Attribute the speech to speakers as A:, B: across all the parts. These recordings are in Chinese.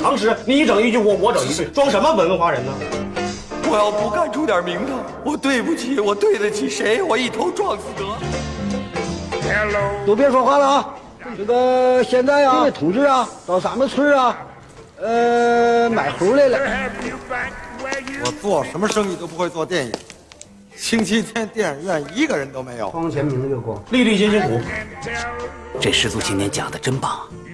A: 唐诗，你整一句，我我整 一句，装什么文化人呢？
B: 我要不干出点名堂，我对不起，我对得起谁？我一头撞死得了。
C: 都别说话了啊！这个现在啊，这位同志啊，到咱们村啊，呃，买猴来了。
D: 我做什么生意都不会做电影，星期天电影院一个人都没有。
C: 窗前明月光，
A: 粒粒皆辛苦，
E: 这师祖今年讲的真棒啊！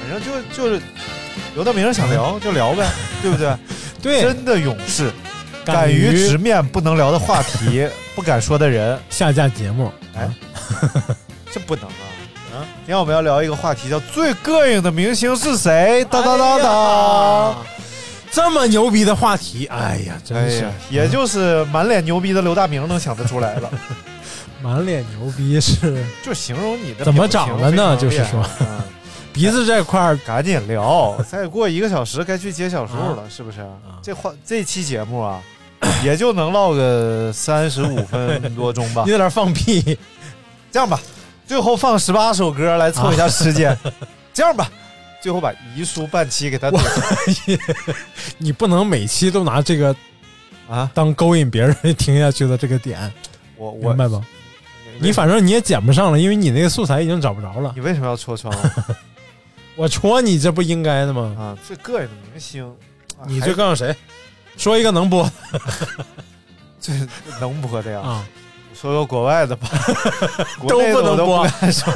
F: 反正就就是刘大明想聊就聊 呗，对不对？
G: 嗯对，
F: 真的勇士，
G: 敢
F: 敢
G: 于
F: 于直面不能聊的话 题，不敢说的人，
G: 下架节目，啊
F: 哎， 这不能啊！啊，今天我们要聊一个话题，叫最膈应的明星是谁？当当当当！
G: 哎呀，这么牛逼的话题，哎呀，
F: 哎
G: 真是
F: 呀，也就是满脸牛逼的刘大明能想得出来 了，
G: 满脸牛逼是
F: 就形容你的
G: 怎么
F: 表情
G: 长的呢
F: 非常厉害
G: 就是说
F: 啊
G: 鼻 子这块儿，
F: 赶紧聊， 再过一个小时该去接小数了，是不是？这话这期节目啊， 也就能唠个三十五分多钟吧
G: 你。在那儿放屁，
F: 这样吧，最后放十八首歌来凑一下时间。 这样吧，最后把遗书半期给他怼
G: 你不能每期都拿这个
F: 啊！
G: 当勾引别人听下去的这个点，
F: 我我
G: 明白吗？
F: 为
G: 你反正你也剪不上了，因为你那个素材已经找不着了。
F: 你为什么要戳穿我
G: 我戳你，这不应该的吗？
F: 啊？最膈应的明星，啊
G: 你
F: 还
G: 最膈应谁？说一个能播的
F: 最能播的呀？
G: 啊，
F: 说个国外的 吧，
G: 都
F: 国内的
G: 不
F: 我
G: 能
F: 都
G: 播
F: 不敢说。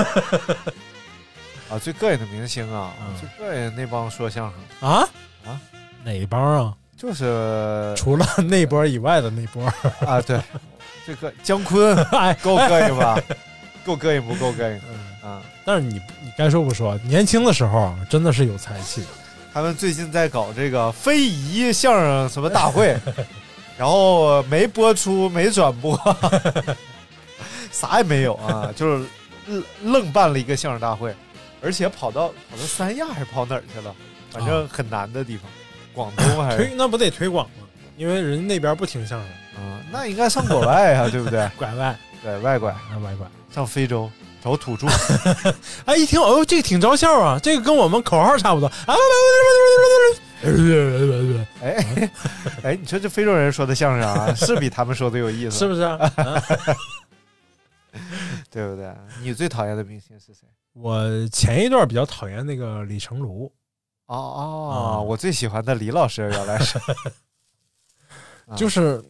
F: 啊，最膈应的明星啊
G: 嗯，
F: 最膈应那帮说相声的。
G: 啊
F: 啊，
G: 哪帮啊？
F: 就是
G: 除了那波以外的那波，
F: 啊，对，这个姜昆
G: 哎，
F: 够膈应 吧？够膈应不够膈应
G: 嗯
F: 啊？
G: 但是你你该说不说，年轻的时候啊真的是有才气，
F: 他们最近在搞这个非遗相声什么大会，然后没播出，没转播， 啥也没有啊，就是愣愣办了一个相声大会，而且跑到跑到三亚还是跑哪儿去了，反正很难的地方，广东还是
G: 推那不得推广吗？因为人那边不听相声，
F: 啊，那应该上国外啊， 对不对？
G: 拐外，
F: 对外拐
G: 那外拐。
F: 上非洲找土著，
G: 哎，一听哦，这个挺招笑啊，这个跟我们口号差不多啊。
F: 哎哎，你说这非洲人说的相声啊，是比他们说的有意思，
G: 是不是、啊？
F: 对不对？你最讨厌的明星是谁？
G: 我前一段比较讨厌那个李成儒，
F: 哦
G: 啊
F: 哦，我最喜欢的李老师原来是啊
G: 就是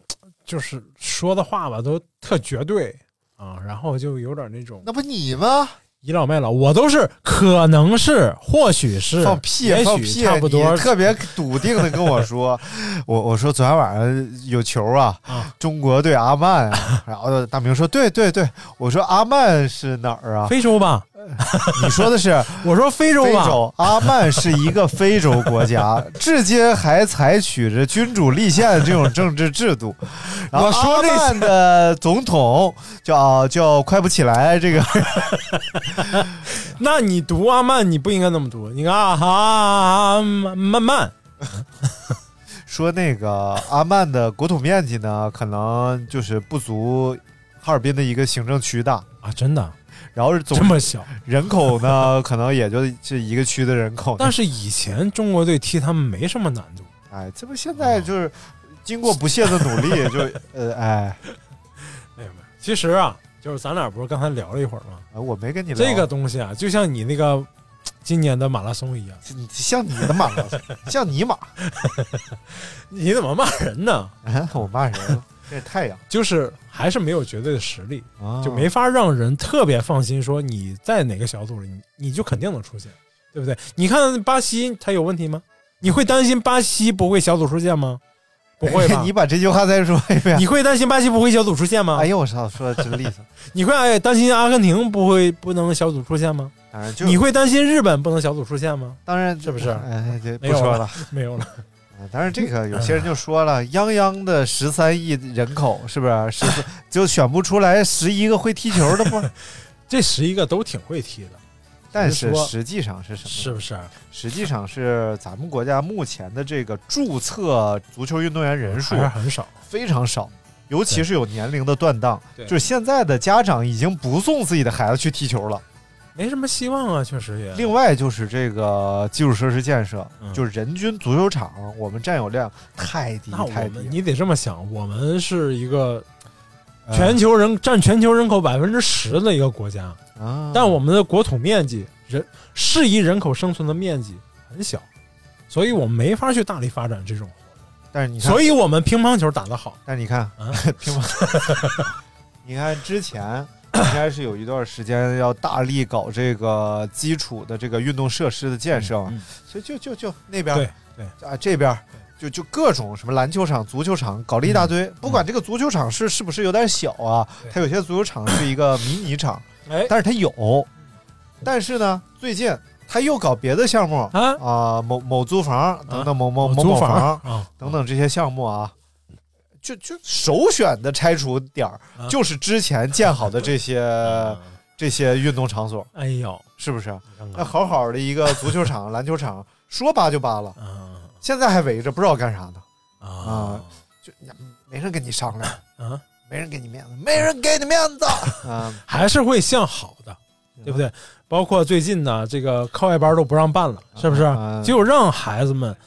G: 就是说的话吧，都特绝对啊，然后就有点那种
F: 那不你吗？
G: 倚老卖老，我都是可能是，或许是，
F: 放屁
G: 也
F: 放
G: 许
F: 屁！
G: 差不多
F: 你，特别笃定的跟我说，我我说昨天晚上有球啊
G: 啊，
F: 中国对阿曼啊，然后大明说对对对，我说阿曼是哪儿啊？
G: 非洲吧？
F: 你说的是
G: 我说非洲
F: 非
G: 吧，
F: 洲，阿曼是一个非洲国家，至今还采取着君主立宪这种政治制度。然后
G: 我说
F: 阿
G: 这些
F: 曼的总统叫叫快不起来，这个
G: 那你读阿曼，你不应该那么读，你看啊哈慢慢慢，
F: 说那 个阿曼的国土面积呢，可能就是不足哈尔滨的一个行政区大。
G: 啊，真的
F: 然后是总
G: 这么小？
F: 人口呢，可能也就这一个区的人口。
G: 但是以前中国队踢他们没什么难度，
F: 哎，这不现在就是经过不懈的努 力，就呃哎，
G: 哎呀妈呀！其实啊，就是咱俩不是刚才聊了一会儿吗？
F: 呃我没跟你聊
G: 这个东西啊，就像你那个嘖今年的马拉松一样，
F: 你像你的马 拉松，像你马，
G: 你怎么骂人呢？
F: 啊我骂人了，这是 太阳
G: 就是还是没有绝对的实力，
F: 啊
G: 就没法让人特别放心说你在哪个小组里，你你就肯定能出现，对不对？你看巴西，他有问题吗？你会担心巴西不会小组出现吗？不会吧？
F: 哎你把哎这句话再说一遍
G: 你。会担心巴西不会小组出现吗？
F: 哎呦，我操，说的真利索。
G: 你会哎担心阿根廷不会不能小组出现吗？
D: 当然就
G: 你会担心日本不能小组出线吗？
F: 当然
G: 是不是
F: 哎，这
G: 没
F: 不
G: 有
F: 说
G: 了
F: 了。
G: 没有了，
F: 哎当然，这个有些人就说了， 泱泱的十三亿人口，是不是十四就选不出来十一个会踢球的 吗？
G: 这十一个都挺会踢的，
F: 但是
G: 说
F: 实际上是什么？
G: 是不是？
F: 实际上是咱们国家目前的这个注册足球运动员人数
G: 还是很少。
F: 非常少，尤其是有年龄的断档，
G: 对
F: 就是现在的家长已经不送自己的孩子去踢球了。
G: 没什么希望啊，确实也。
F: 另外就是这个基础设施建设，
G: 嗯
F: 就是人均足球场我们占有量太低
G: 那我
F: 太
G: 们
F: 低，
G: 你得这么想，我们是一个
F: 呃
G: 全球人、占全球人口百分之十的一个国家，
F: 啊
G: 但我们的国土面积人适宜人口生存的面积很小，所以我们没法去大力发展这种。
F: 但是你看，
G: 所以我们乒乓球打得好，
F: 但是你看
G: 啊，
F: 乒乓，你看之前应该是有一段时间要大力搞这个基础的这个运动设施的建设嘛，
G: 嗯
F: 所以就就就那边
G: 对
F: 对啊这边儿就就各种什么篮球场、足球场搞了一大堆，不管这个足球场是是不是有点小啊，
G: 嗯对
F: 它有些足球场是一个迷你场，
G: 哎
F: 嗯但是它有，但是呢，最近他又搞别的项目。
G: 啊，哦
F: 啊、某某租房等等，某某某
G: 租
F: 某
G: 房啊，
F: 等等这些项目啊，就就首选的拆除点儿、
G: 啊
F: 就是之前建好的这 些、 这些运动场所，
G: 哎呦，
F: 是不是？啊
G: 你看
F: 那
G: 看
F: 好好的一个足球场、 篮球场，说扒就扒了，
G: 啊
F: 现在还围着，不知道干啥呢，
G: 啊
F: 就没人跟你商量，
G: 啊，
F: 没人给你面子，没人给你面子
G: 嗯
F: 啊！
G: 还是会向好的，
F: 嗯
G: 对不对？包括最近呢，这个课外班都不让办了，是不是
F: 啊？
G: 就让孩子们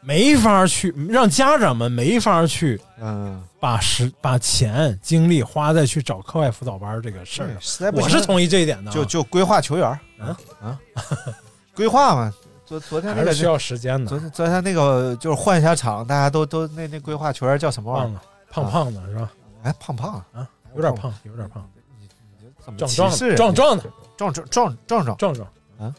G: 没法去，让家长们没法去
F: 嗯，
G: 把时把钱精力花在去找课外辅导班这个事儿上。
F: 实在不
G: 我
F: 行
G: 是同意这一点的啊，
F: 就就规划球员儿
G: 啊
F: 啊，规划嘛。昨昨天那
G: 还
F: 个
G: 是需要时间
F: 昨
G: 的。
F: 天昨天那个就是换一下场，大家都都那那规划球员叫什么玩
G: 忘
F: 意儿？
G: 了，胖胖的是吧？
F: 哎，胖胖啊，
G: 啊，有点胖，有点胖，
F: 怎么
G: 壮
F: 歧
G: 壮
F: 视人
G: 的，壮壮的，
F: 壮壮壮壮壮！
G: 壮壮
F: 啊，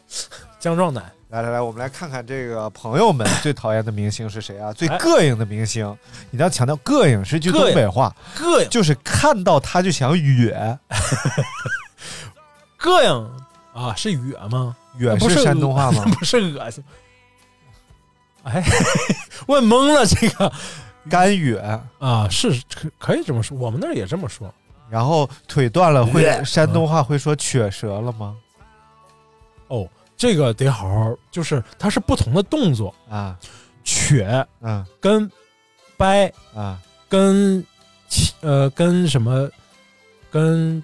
G: 姜 壮奶。
F: 来来来，我们来看看这个朋友们最讨厌的明星是谁啊？最
G: 哎
F: 膈应的明星，你要强调膈应是句
G: 膈
F: 东
G: 应
F: 北话，
G: 膈应
F: 就是看到他就想哕，
G: 膈应啊，是哕吗？
F: 哕
G: 不是
F: 山东话吗？
G: 不是恶心。哎，问懵了这个
F: 干哕，
G: 啊，是可可以这么说，我们那儿也这么说。
F: 然后腿断了会
G: 哕
F: 山东话会说瘸折了吗？
G: 哦，这个得好好，就是它是不同的动作，
F: 啊，
G: 瘸
F: 嗯
G: 跟掰
F: 啊，
G: 跟起呃跟什么跟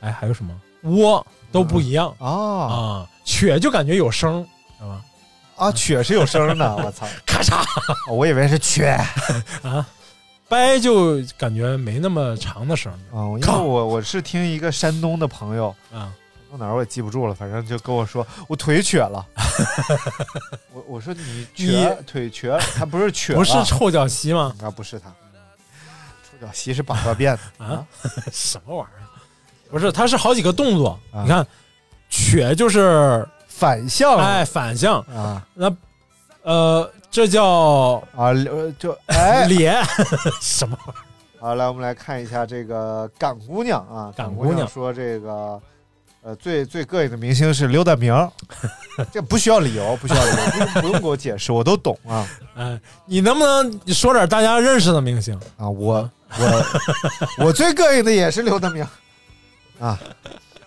G: 哎还有什么窝都不一样、
F: 哦
G: 啊，瘸就感觉有声儿，是吧？
F: 啊，瘸是有声的，我 操，哦
G: 咔嚓
F: 我以为是瘸。
G: 啊，掰就感觉没那么长的声儿
F: 啊、因为
G: 靠
F: 我我是听一个山东的朋友，
G: 啊。
F: 到哪儿我也记不住了，反正就跟我说我腿瘸 了。我我说你瘸
G: 你
F: 腿瘸了，他不是 瘸了，
G: 不是臭脚席吗？
F: 啊，不是他，臭脚席是粑粑变的
G: 啊， 什么玩意儿？不是，它是好几个动作。
F: 啊
G: 你看，瘸就是
F: 反向、
G: 哎反向，
F: 啊
G: 那呃这叫
F: 啊，呃就哎
G: 脸什么玩意儿？
F: 好，来我们来看一下这个赶姑娘啊，
G: 赶
F: 姑
G: 姑娘
F: 说这个。呃，最最膈应的明星是刘大明 儿，这不需要理由，不需要理由，不用不用给我解释，我都懂啊。
G: 哎，你能不能说点大家认识的明星？
F: 啊，我我我最膈应的也是刘德明啊，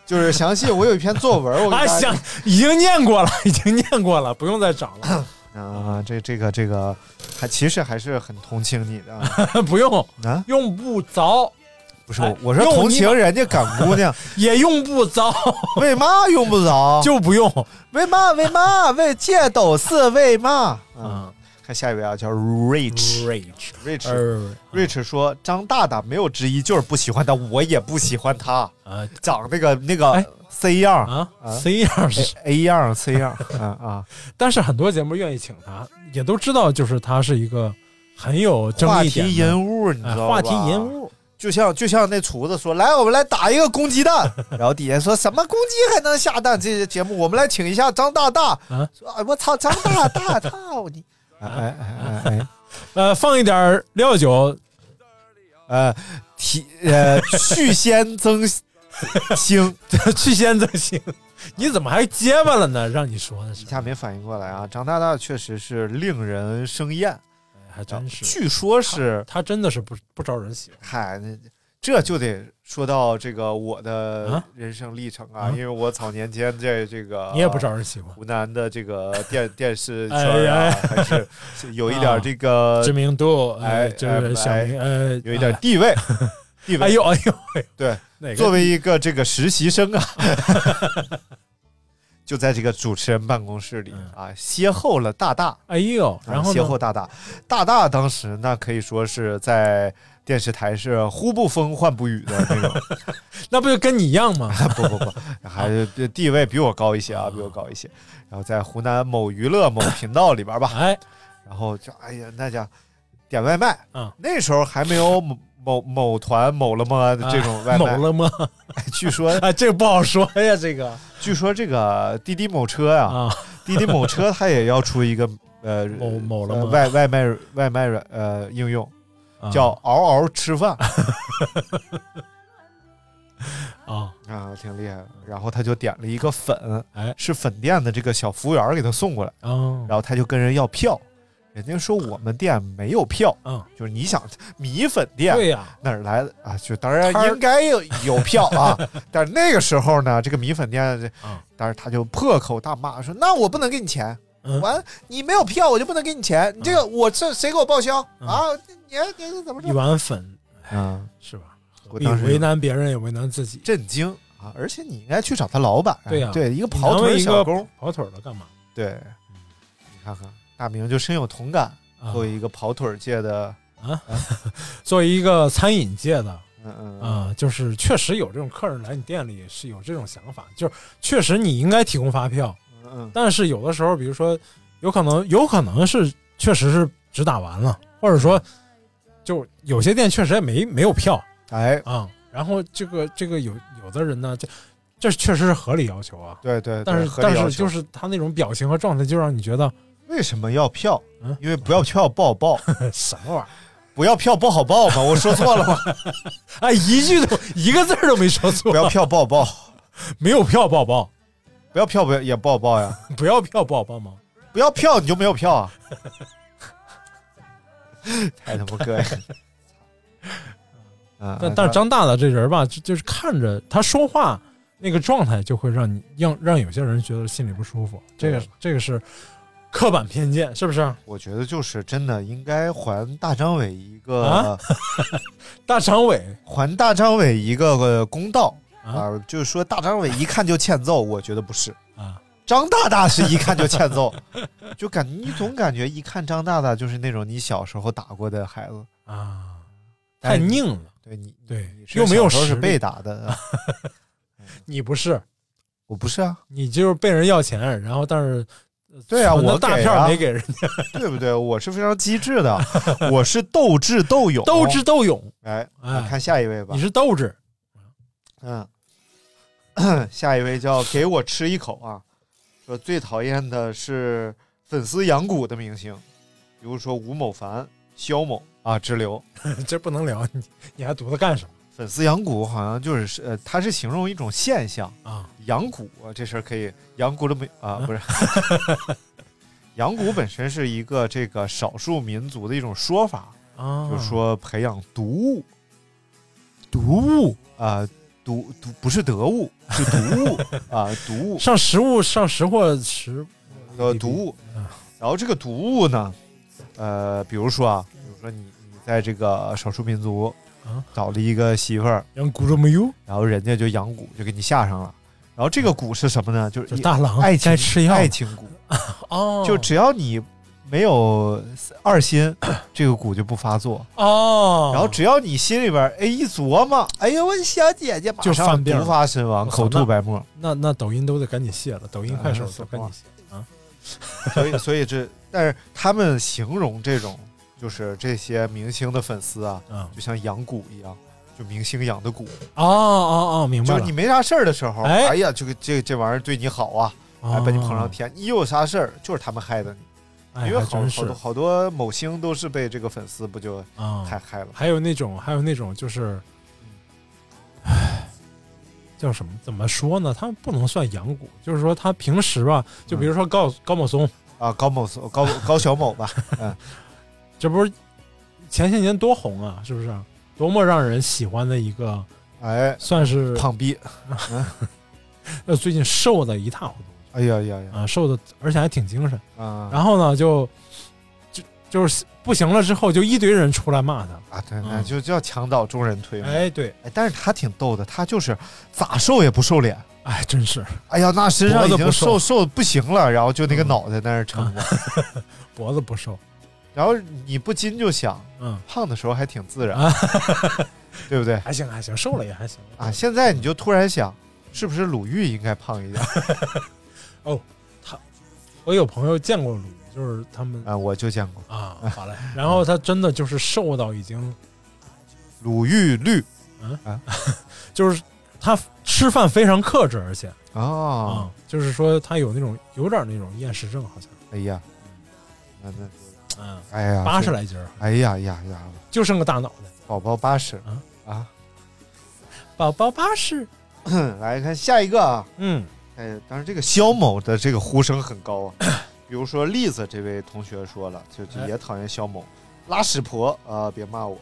F: 就是详细我有一篇作文，我给大
G: 哎，
F: 家
G: 想已经念过了， 已经念过了，不用再找了，
F: 啊，这这个这个还其实还是很同情你的啊
G: 不用，
F: 啊，
G: 用不着，
F: 不是
G: 哎
F: 我我说
G: 用
F: 同
G: 你
F: 情人家赶姑娘，
G: 也用不着，
F: 为嘛用不着？
G: 就不用。
F: 为嘛为嘛为借斗是为嘛？嗯
G: 嗯，
F: 看下一位啊，叫 Rich
G: Rage，
F: Rich
G: 呃
F: Rich 说张大大没有之一，就是不喜欢他，我也不喜欢他，
G: 啊
F: 长那个那个
G: 哎
F: C 样儿
G: 啊，C 样是
F: A 样儿 C 样儿啊啊。
G: 但是很多节目愿意请他，也都知道，就是他是一个很有争
F: 话
G: 议点
F: 题
G: 的
F: 人物，你知
G: 哎
F: 道吧？
G: 话题人，物，
F: 就像就像那厨子说：“来，我们来打一个公鸡 蛋。”然后底下说什么公鸡还能下蛋？这些节目我们来请一下张大大。
G: 啊
F: 说：“哎，我操，张大大，操 你！”哎哎哎哎哎，
G: 呃，放一点儿料酒，
F: 呃， 提呃，去鲜增腥，
G: 去鲜则行 你怎么还结巴了呢？让你说的是
F: 一，下没反应过来啊！张大大确实是令人生厌，啊
G: 还真是，
F: 据说是，
G: 他真的是不不招人喜欢。
F: 嗨，那这就得说到这个我的
G: 啊
F: 人生历程啊，
G: 啊
F: 因为我早年间在这个
G: 你也不招人喜欢，
F: 湖南的这个电 电视圈
G: 哎呀
F: 啊，
G: 哎
F: 还是 是有一点这个
G: 知名度，
F: 哎
G: 哎，就
F: 哎
G: 是小明，呃，
F: 有一点地 位，地
G: 哎，哎
F: 位
G: 呦，哎呦，哎呦
F: 对。
G: 哪个
F: 作为一个这个实习生 啊，就在这个主持人办公室里
G: 嗯
F: 啊，邂逅了大大，
G: 哎呦，
F: 啊
G: 然后
F: 邂逅
G: 呢？
F: 大大，大大当时那可以说是在电视台是呼不风唤不雨的那种，
G: 那不就跟你一样 吗？
F: 不不不，还是地位比我高一些啊，比我高一些。然后在湖南某娱乐某频道里边吧，
G: 哎，
F: 然后就哎呀，那家点外卖，
G: 嗯
F: 那时候还没有某某某团某了么的这种外
G: 某
F: 卖，
G: 啊了吗？
F: 据说
G: 啊，这个不好说呀，这个
F: 据说这个滴滴某车呀、
G: 啊，
F: 滴滴某车它也要出一个呃
G: 某某了啊
F: 呃
G: 吗
F: 外外卖外卖软呃应用，叫嗷嗷吃饭
G: 啊，
F: 啊，挺厉害的。然后他就点了一个粉，
G: 哎
F: 是粉店的这个小服务员给他送过来，
G: 哦，
F: 然后他就跟人要票，人家说我们店没有票，
G: 嗯，
F: 就是你 想米粉店
G: 对呀，
F: 哪儿来的啊？就当然
G: 摊儿
F: 应该有有票 啊，但是那个时候呢，这个米粉店这
G: 嗯，
F: 当时他就破口大骂说：“那我不能给你钱，
G: 嗯
F: 完你没有票我就不能给你钱，你这个我这谁给我报销、
G: 嗯
F: 啊？你你怎么
G: 一
F: 着？”
G: 碗粉
F: 啊，
G: 是吧？
F: 我
G: 你
F: 当时
G: 为难别人也为难自己，
F: 震惊啊！而且你应该去找他老板，啊
G: 对呀
F: 对一个跑腿
G: 你难为一
F: 小
G: 个
F: 工，
G: 跑腿儿了干嘛？
F: 对，你看看大明就深有同感，
G: 啊
F: 作为一个跑腿界的，
G: 作为一个餐饮界的
F: 嗯嗯
G: 啊、就是确实有这种客人来你店里是有这种想法，就是确实你应该提供发票，
F: 嗯嗯，
G: 但是有的时候，比如说有可能有可能是确实是只打完了，或者说就有些店确实也没没有票
F: 哎，
G: 啊、然后这个这个有有的人呢，这这确实是合理要求啊，
F: 对对，对
G: 但
F: 合理
G: 是但
F: 要
G: 是
F: 求
G: 就是他那种表情和状态就让你觉得
F: 为什么要票
G: 嗯？
F: 因为不要票不好报，
G: 什么玩 意儿？
F: 不要票不好报嘛，我说错了 吗？
G: 哎，一句都一个字儿都没说错，
F: 不要票不好报，
G: 没有票抱抱，
F: 不要票不要也不好报呀，
G: 不要票抱抱吗？
F: 不要票你就没有票啊！太他妈膈应了！啊，
G: 但但是张大大这人吧，就就是看着他说话那个状态，就会让你让让有些人觉得心里不舒服。这个
F: 对
G: 这个是刻板偏见，是不是？
F: 我觉得就是真的应该还大张伟一个、
G: 啊大张伟
F: 还大张伟一个呃公道
G: 啊
F: 啊！就是说大张伟一看就欠揍，我觉得不是。
G: 啊，
F: 张大大是一看就欠 揍，就感你总感觉一看张大大就是那种你小时候打过的孩子，
G: 啊，
F: 但哎
G: 太
F: 是你
G: 拧了，
F: 对你
G: 对
F: 你是
G: 又没有
F: 小时候是
G: 实力
F: 被打的，
G: 你不是，
F: 我不 是啊，
G: 你就是被人要钱，然后但是
F: 对啊，
G: 存的
F: 我
G: 大
F: 给
G: 票
F: 啊
G: 没给人家，
F: 对不对？我是非常机智的，我是斗智斗勇，
G: 斗智。斗勇，
F: 哎，
G: 哎
F: 你看下一位吧
G: 你，是斗志，
F: 嗯， 下一位叫给我吃一口啊，说最讨厌的是粉丝养蛊的明星，比如说吴某凡、肖某啊、直流。
G: 这不能聊，你你还读它干什么
F: 粉丝养蛊好像就是是呃，它是形容一种现象，
G: 啊？
F: 养蛊啊这事儿可以，养蛊了没啊？不是。 养蛊本身是一个这个少数民族的一种说法，
G: 啊，
F: 就是说培养毒物
G: 毒物
F: 啊、毒毒不是得物，是毒物啊、毒物
G: 上食物上食货食
F: 呃毒物
G: 嗯。
F: 然后这个毒物呢，呃，比如说啊，比如说你你在这个少数民族
G: 啊
F: 找了一个媳妇儿，
G: 人骨肉没有，
F: 然后人家就养蛊，就给你下上了。然后这个蛊是什么呢？就
G: 啊就是是大郎
F: 爱情
G: 该吃药了
F: 爱情蛊，
G: 哦，
F: 就只要你没有二心， 这个蛊就不发作。
G: 哦，
F: 然后只要你心里边儿哎一琢磨，哎呦我小姐姐，马
G: 就
F: 上
G: 犯病
F: 毒
G: 了
F: 发身亡，
G: 我操
F: 口
G: 那
F: 吐白沫。
G: 那那抖音都得赶紧卸了，抖音、
F: 哎
G: 快手
F: 死
G: 都赶
F: 光
G: 紧卸。
F: 所以，所以这，但是他们形容这种，就是这些明星的粉丝啊，
G: 嗯，
F: 就像养蛊一样，就明星养的蛊，
G: 哦哦哦，明白
F: 就
G: 了。
F: 是你没啥事儿的时候，哎
G: 哎
F: 呀，这个这这玩意儿对你好啊，哎，
G: 哦
F: 把你捧上，天。你有啥事儿，就是他们害的你，
G: 哎
F: 因为
G: 还
F: 好
G: 真
F: 好
G: 是
F: 多好多某星都是被这个粉丝不就
G: 啊
F: 害害了吗。
G: 还有那种，还有那种，就是，唉，叫什么？怎么说呢？他不能算养蛊，就是说他平时吧，就
F: 嗯
G: 比如说高、高某松，
F: 啊，高某松高高小某 吧，
G: 这不是前些年多红啊，是不是？多么让人喜欢的一个，
F: 哎，
G: 算是
F: 胖逼，
G: 呃最近瘦的一塌糊涂
F: 哎呀呀呀
G: 啊，瘦的而且还挺精神。
F: 啊
G: 然后呢，就就就是不行了之后，就一堆人出来骂他。
F: 啊！对，
G: 嗯
F: 那就叫墙倒众人推嘛。
G: 哎，对，
F: 哎，但是他挺逗的，他就是咋瘦也不瘦脸。
G: 哎，真是
F: 哎呀，那身上已
G: 脖子
F: 经
G: 不瘦嗯
F: 瘦瘦得不行了，然后就那个脑袋在那儿撑着。
G: 脖子不瘦，
F: 然后你不禁就想，
G: 嗯，
F: 胖的时候还挺自然，
G: 啊
F: 对不对？
G: 还行还行，瘦了也还行
F: 啊，现在你就突然想，是不是鲁豫应该胖一点？
G: 我有朋友见过鲁豫，就是他们
F: 啊，我就见过
G: 啊，好嘞。然后他真的就是瘦到已经，
F: 鲁豫绿
G: 就是他吃饭非常克制，而且
F: 啊
G: 啊，，就是说他有那种有点那种厌食症，好像，
F: 哎呀，那那
G: 嗯，
F: 哎呀，
G: 八十
F: 这，
G: 来斤儿，
F: 哎呀呀呀，
G: 就剩个大脑袋。
F: 宝宝八十
G: 啊
F: 啊！
G: 宝宝八十，
F: 来看下一个啊，
G: 嗯，
F: 哎，当然这个肖某的这个呼声很高啊。比如说栗子这位同学说了，就就
G: 哎
F: 也讨厌肖某，拉屎婆啊、别骂我。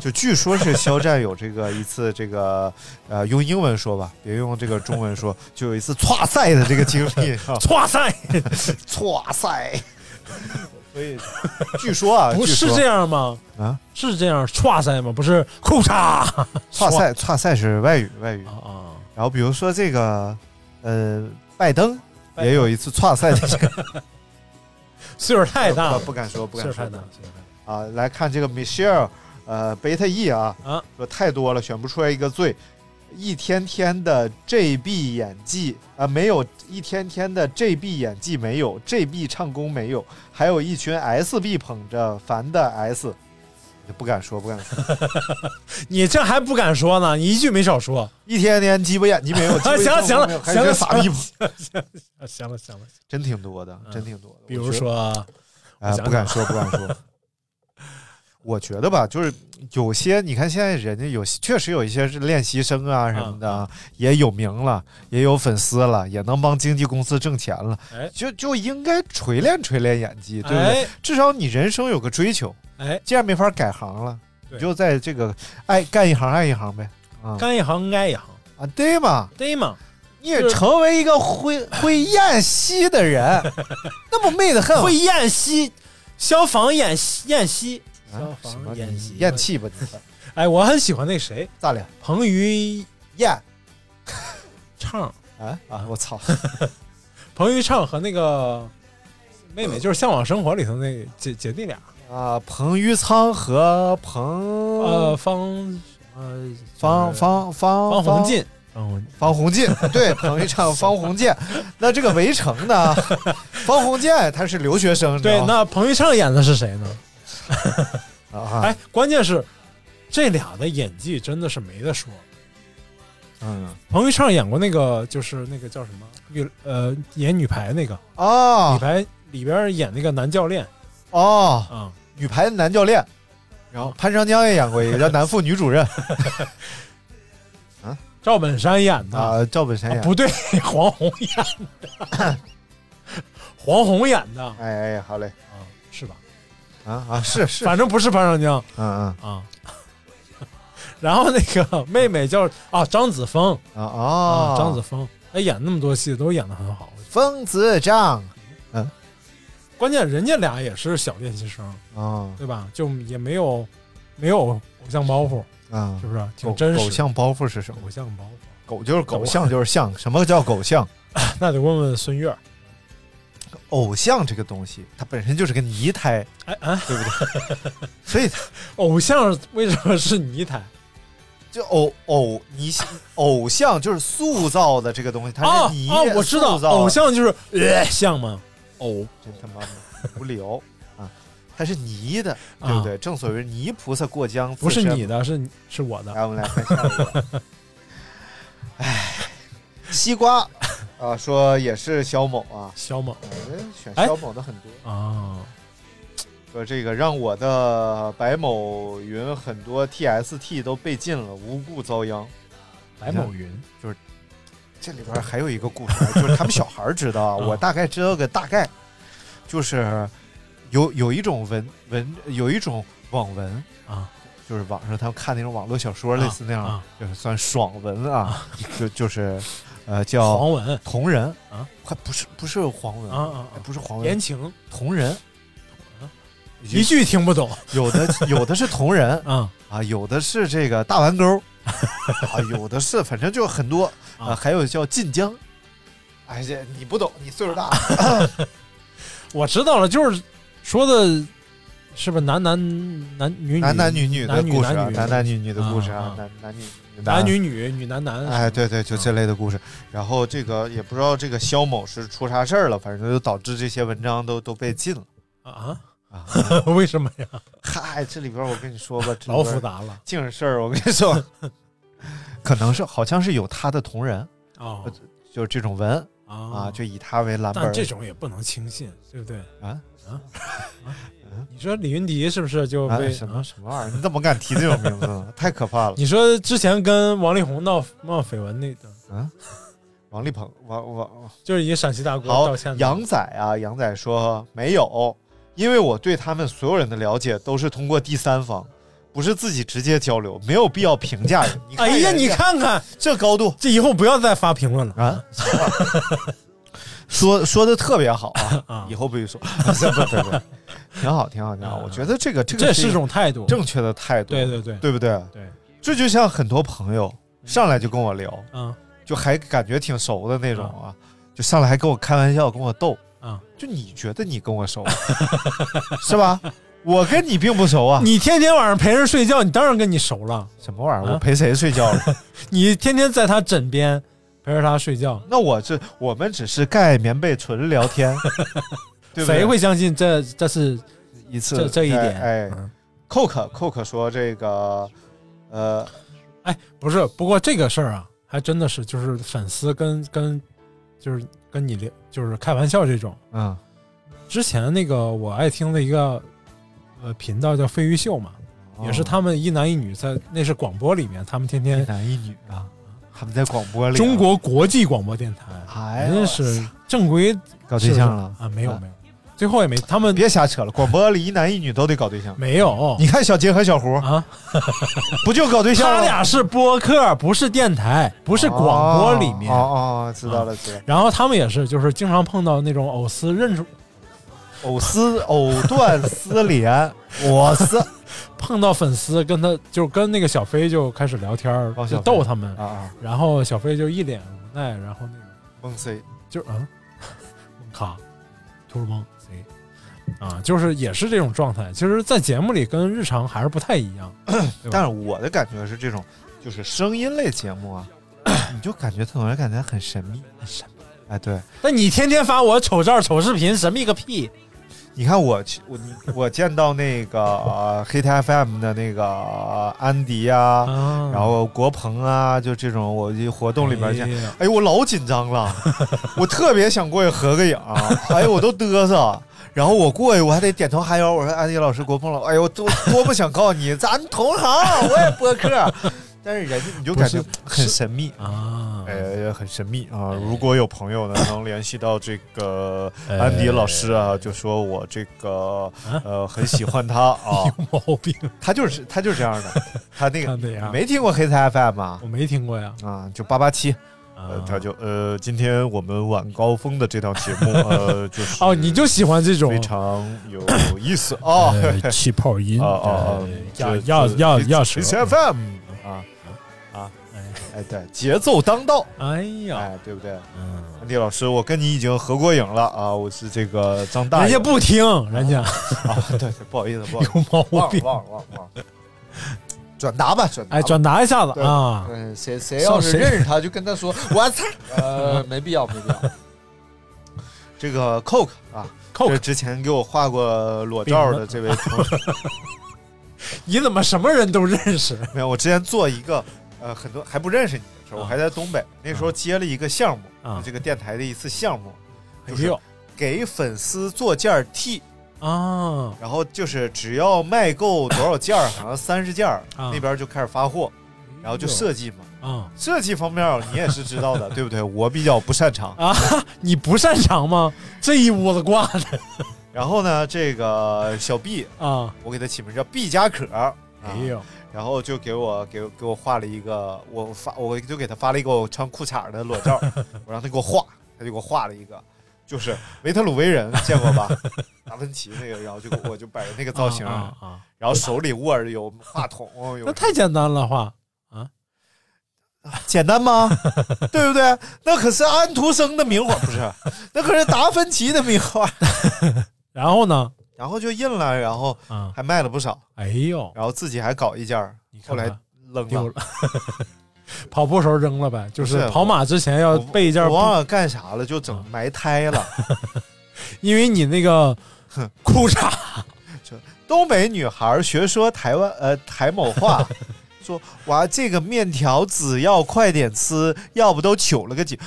F: 就据说是肖战有这个一次这个呃，用英文说吧，别用这个中文说，就有一次唰赛的这个经历，啊是吧
G: 哇塞，
F: 哎唰赛。所以据说啊，
G: 不是这
F: 样
G: 样吗？
F: 啊，
G: 是这样，哇塞吗？不是，裤衩啊
F: 唰赛唰赛是外语外语。
G: 啊，
F: 然后比如说这个呃，拜登也有一次唰赛的经历。
G: 岁数太大了，
F: 不敢说，不
G: 岁
F: 敢
G: 数
F: 说
G: 太大，岁数太大
F: 啊！来看这个 Michelle，呃，贝塔 E 啊，
G: 啊
F: 说太多了，选不出来一个最。一天天的 JB 演技啊、没有一天天的 JB 演技没有，JB 唱功没有，还有一群 SB 捧着烦的 S，不敢说，不敢说，
G: 你这还不敢说呢？你一句没少说。啊
F: 一天天鸡巴演技没有， 鸡巴
G: 行了
F: 唱功没有
G: 行了
F: 还有一群
G: 行
F: 傻
G: 了
F: 逼捧，
G: 啊， 行了行了，
F: 真挺多的，真挺多的。
G: 比
F: 我
G: 如
F: 觉得
G: 说，
F: 哎，
G: 我想
F: 不敢说，不敢 说。我觉得吧，就是有些你看现在人家有确实有一些是练习生啊什么的
G: 嗯
F: 啊，也有名了，也有粉丝了，也能帮经纪公司挣钱了，
G: 哎
F: 就就应该锤炼锤炼演技，对不对？
G: 哎
F: 至少你人生有个追求，
G: 哎，
F: 既然没法改行了，
G: 对
F: 你就在这个爱干一行爱一行呗。啊
G: 干一行爱一行，
F: 啊，对嘛，
G: 对吗？
F: 你也
G: 就是
F: 成为一个 会会宴席的人，那不媚得 很吗。
G: 会宴席，消防演习宴席，消
F: 啊什么
G: 防演习，
F: 咽。气吧 你，
G: 哎，我很喜欢那谁，
F: 咋了？
G: 彭于
F: 咽
G: 畅，
F: 啊啊！我操！
G: 彭于畅和那个妹
F: 呃
G: 妹，就是《向往生活》里头那姐姐弟俩，
F: 啊，彭于苍和彭
G: 呃，方呃
F: 方
G: 就是
F: 方方
G: 方鸿，晋，方鸿
F: 方鸿晋， 对，彭于 畅、方鸿渐。那这个围城呢？ 方鸿渐他是留学生，
G: 对，那彭于畅演的是谁呢？
F: 那啊，
G: 哎，关键是这俩的演技真的是没得说。
F: 嗯
G: 彭昱畅演过那个，就是那个叫什么女呃演女排那个女
F: 哦
G: 排里边演那个男教练
F: 哦，
G: 啊，
F: 女排男教练，然
G: 嗯
F: 后潘长江也演过一个叫《男副女主任》
G: 赵本山演 的，
F: 啊，赵本山
G: 啊
F: 演。
G: 不对， 黄宏演的，黄宏演的啊，
F: 哎哎，好嘞，
G: 是吧？
F: 啊啊， 是是，
G: 反正不是潘长江
F: 嗯嗯
G: 啊。 然后那个妹妹叫啊张子枫
F: 啊
G: 啊
F: 哦，
G: 张子枫，哎演那么多戏都演的很好，
F: 疯子张
G: 关键人家俩也是小练习生，
F: 啊
G: 对吧？就也没有没有偶像包袱，
F: 啊
G: 是，不是？挺
F: 狗
G: 真实的。
F: 狗像包袱是什么？
G: 偶像包袱，
F: 狗就是狗，
G: 啊
F: 像就是像。什么叫狗像？
G: 那得问问孙悦。
F: 偶像这个东西，它本身就是个泥胎，
G: 哎啊，
F: 对不对？所以它
G: 偶像为什么是泥胎？
F: 就偶偶泥偶像就是塑造的这个东西，它
G: 啊
F: 是泥、
G: 啊，我知道
F: 塑，造的
G: 偶像就是呃像吗？偶
F: 真他妈无聊啊！它是泥的，对不对？正所谓泥菩萨过江，
G: 啊不是
F: 自身
G: 你的，是是我的。
F: 来，我们来看下一个。哎，西瓜啊，说也是肖某啊，
G: 肖猛
F: 哎选肖某的很多。
G: 啊，
F: 说这个让我的白某云很多 TST 都被禁了，无故遭殃。
H: 白某云，
F: 这里边还有一个故事，就是他们小孩儿知道啊，
H: 嗯
F: 我大概知道个大概，就是有有一种文文有一种网文
H: 啊，
F: 就是网上他们看那种网络小说，类似那样，
H: 啊
F: 就是算爽文啊，就就是呃叫
H: 黄文
F: 同人
H: 啊，
F: 快不是不是黄文
H: 啊啊
F: 哎不是黄
H: 言
F: 文，
H: 情，
F: 同人，
G: 一句听不懂
F: 有的有的是同人
H: 啊
F: 啊，有的是这个大弯钩啊，有的是反正就很多啊，
H: 啊
F: 还有叫晋江。哎，这你不懂，你岁数大。
G: 我知道了，就是说的，是不是男男男女女
F: 男男女女的
G: 男女
F: 故事啊
G: 男，女
F: 男男女女的故事
G: 啊
F: 啊
G: 啊，
F: 男男女女的啊
G: 男女女女男男？
F: 哎，对对，就这类的故事。然后这个也不知道这个肖某是出啥事儿了，反正就导致这些文章都都被禁了
G: 啊，
F: 啊。
G: 为什么呀？
F: 嗨，这里边我跟你说吧，这里
G: 老
F: 边
G: 复杂了
F: 净是事儿，我跟你说， 可能是好像是有他的同人，
G: 哦
F: 就是啊这种文啊，
G: 啊
F: 就以他为蓝本
G: 但
F: 儿
G: 这种也不能轻信，对不对？
F: 啊
G: 啊啊！你说李云迪是不是就
F: 啊
G: 被
F: 什么什么 玩意儿？你怎么敢提这种名字呢？太可怕了！
G: 你说之前跟王力宏闹闹绯闻那个，
F: 王力鹏，王王
G: 就是一个陕西大哥
F: 好
G: 道歉，的
F: 杨仔啊，杨仔说没有，因为我对他们所有人的了解都是通过第三方，不是自己直接交流，没有必要评价 人。你看
G: 哎呀，
F: 人家
G: 你看看
F: 这高度
G: 这以后不要再发评论了
F: 啊，说说的特别好 啊
G: 啊，
F: 以后不许说，不不不不，挺好挺好挺好，我觉得这个这个
G: 这
F: 一
G: 是
F: 种
G: 种态度。
F: 正确的态度，
G: 对对对，
F: 对不对？
G: 对，
F: 这就像很多朋友上来就跟我聊，
G: 嗯
F: 就还感觉挺熟的那种啊，就上来还跟我开玩笑，跟我逗。
G: 嗯，
F: 就你觉得你跟我熟，啊 是吧？我跟你并不熟啊。
G: 你天天晚上陪人睡觉，你当然跟你熟了。
F: 什么玩意儿？
G: 啊
F: 我陪谁睡觉 了？
G: 你天天在他枕边陪着他睡觉，
F: 那我这我们只是盖棉被纯聊天，对不对？
G: 谁会相信这这是
F: 一次
G: 这这一点
F: 哎
G: 嗯
F: ，Coke Coke 说这个，呃，
G: 哎不是？不过这个事儿啊，还真的是就是粉丝跟跟就是跟你聊，就是开玩笑这种。
F: 嗯
G: 之前那个我爱听的一个呃频道叫飞鱼秀嘛，也
F: 哦
G: 是他们一男一女在那是广播里面，他们天
F: 一
G: 天
F: 男一女啊，他们在广播里啊
G: 中国国际广播电台，
F: 哎呦
G: 人家是正规
F: 搞对象了
G: 啊？没有没有，最后也没他们
F: 别瞎扯了，广播里一男一女都得搞对象。
G: 没有
F: 你看小杰和小胡
G: 啊，
F: 不就搞对象
G: 他
F: 了吗？
G: 俩是播客，不是电台，不是广播里面。
F: 哦
G: 嗯
F: 哦，哦知道了，知道了。
G: 然后他们也是，就是经常碰到那种藕丝认出
F: 藕丝 藕断丝连，我丝
G: 碰到粉丝，跟他就跟那个小飞就开始聊天儿，
F: 哦
G: 就
F: 小飞
G: 逗他们。
F: 啊啊，
G: 然后小飞就一脸无奈，然后那个
F: 梦 C
G: 就是啊，蒙卡，图尔蒙谁啊，就是也是这种状态。其实，在节目里跟日常还是不太一样。对吧
F: 但是我的感觉是这种，就是声音类节目啊， 你就感觉总是感觉很神秘，很
G: 神
F: 秘。哎，对，
G: 那你天天发我丑照、丑视频，神秘个屁！
F: 你看我去我你我见到那个、呃、黑天 FM 的那个、呃安迪啊，
G: 啊
F: 然后国鹏啊，就这种我一活动里边见
G: 哎，呀
F: 哎呦，我老紧张了，我特别想过去合个影儿，哎呦，我都嘚瑟。然后我过去，我还得点头哈腰，我说安迪老师、国鹏老师，哎呦，我多多不想告诉你，咱同行，我也播客， 但是人家你就感觉
G: 不
F: 很神秘。
G: 啊，
F: 呃，很神秘啊！如果有朋友呢，能联系到这个
G: 哎
F: 安迪老师啊，就说我这个呃很喜欢他啊，
G: 有毛病，
F: 他就是他就是这样的，他那个
G: 看那样
F: 你没听过黑菜 FM 啊
G: 我没听过呀。
F: 啊，就八八七，呃
G: 啊，
F: 他就呃，今天我们晚高峰的这档节目，呃，就是
G: 哦，你就喜欢这种
F: 非常有意思啊，
G: 呃气泡音
F: 啊啊啊
G: 呃，
F: 这
G: 要
F: 这
G: 要
F: 这
G: 要
F: 这
G: 舌
F: FM 啊啊，哎对，节奏当道，
G: 哎呀，
F: 哎，对不对？安迪老师，我跟你已经合过影了啊，我是这个张大
G: 人
F: 爷，
G: 家不听，人家
F: 啊，对对，不好意思，不好意思，
G: 有毛
F: 忘了
G: 病。
F: 忘了忘了忘了，转达吧，转达
G: 哎，
F: 吧。
G: 转达一下子啊！
D: 嗯，谁谁要是
G: 上谁
D: 认识他，就跟他 说，我操，呃，没必要，没必要。
F: 这个 Coke 啊
G: Coke
F: 这之前给我画过裸照的这位同 学，
G: 你怎么什么人都认识？
F: 没有，我之前做一个呃，很多还不认识你的时候，我
G: 啊
F: 还在东北，那时候接了一个项目，
G: 啊
F: 就这个电台的一次项目，
G: 哎
F: 就是
G: 呦，
F: 给粉丝做件 T，
G: 啊
F: 然后就是只要卖够多少件儿，好像三十件儿，
G: 啊
F: 那边就开始发货，然
G: 哎
F: 后就设计嘛。
G: 啊
F: 设计方面儿你也是知道的，对不对？我比较不擅 长。
G: 啊！你不擅长吗？这一屋子挂的
F: 然后呢，这个小 B，
G: 啊！
F: 我给他起名叫毕加可儿。啊
G: 哎呦，
F: 然后就给我给我给我画了一个，我发我就给他发了一个我穿裤衩的裸照， 我让他给我画，他就给我画了一个，就是维特鲁威 人见过吧？达芬奇那个，然后就我就摆那个造型，
G: 啊啊啊！
F: 然后手里握着有话筒，有
G: 那太简单了，画
F: 简单吗？ 对不对？那可是安徒生的名画，不是？ 那可是达芬奇的名画。
G: 然后呢？
F: 然后就印了，然后
G: 啊，
F: 还卖了不少，
G: 哎呦，
F: 然后自己还搞一件儿
G: 你，看
F: 后来
G: 看
F: 扔
G: 丢
F: 了
G: 了。跑步时候扔了呗，就是
F: 不是
G: 跑马之前要
F: 我
G: 呃备一件
F: 我忘
G: 布，
F: 了干啥了，就整
G: 啊
F: 埋汰了。
G: 因为你那个
F: 哼
G: 裤衩
F: 东北女孩学说台湾呃台某 话，说哇这个面条只要快点吃，要不都糗了个几，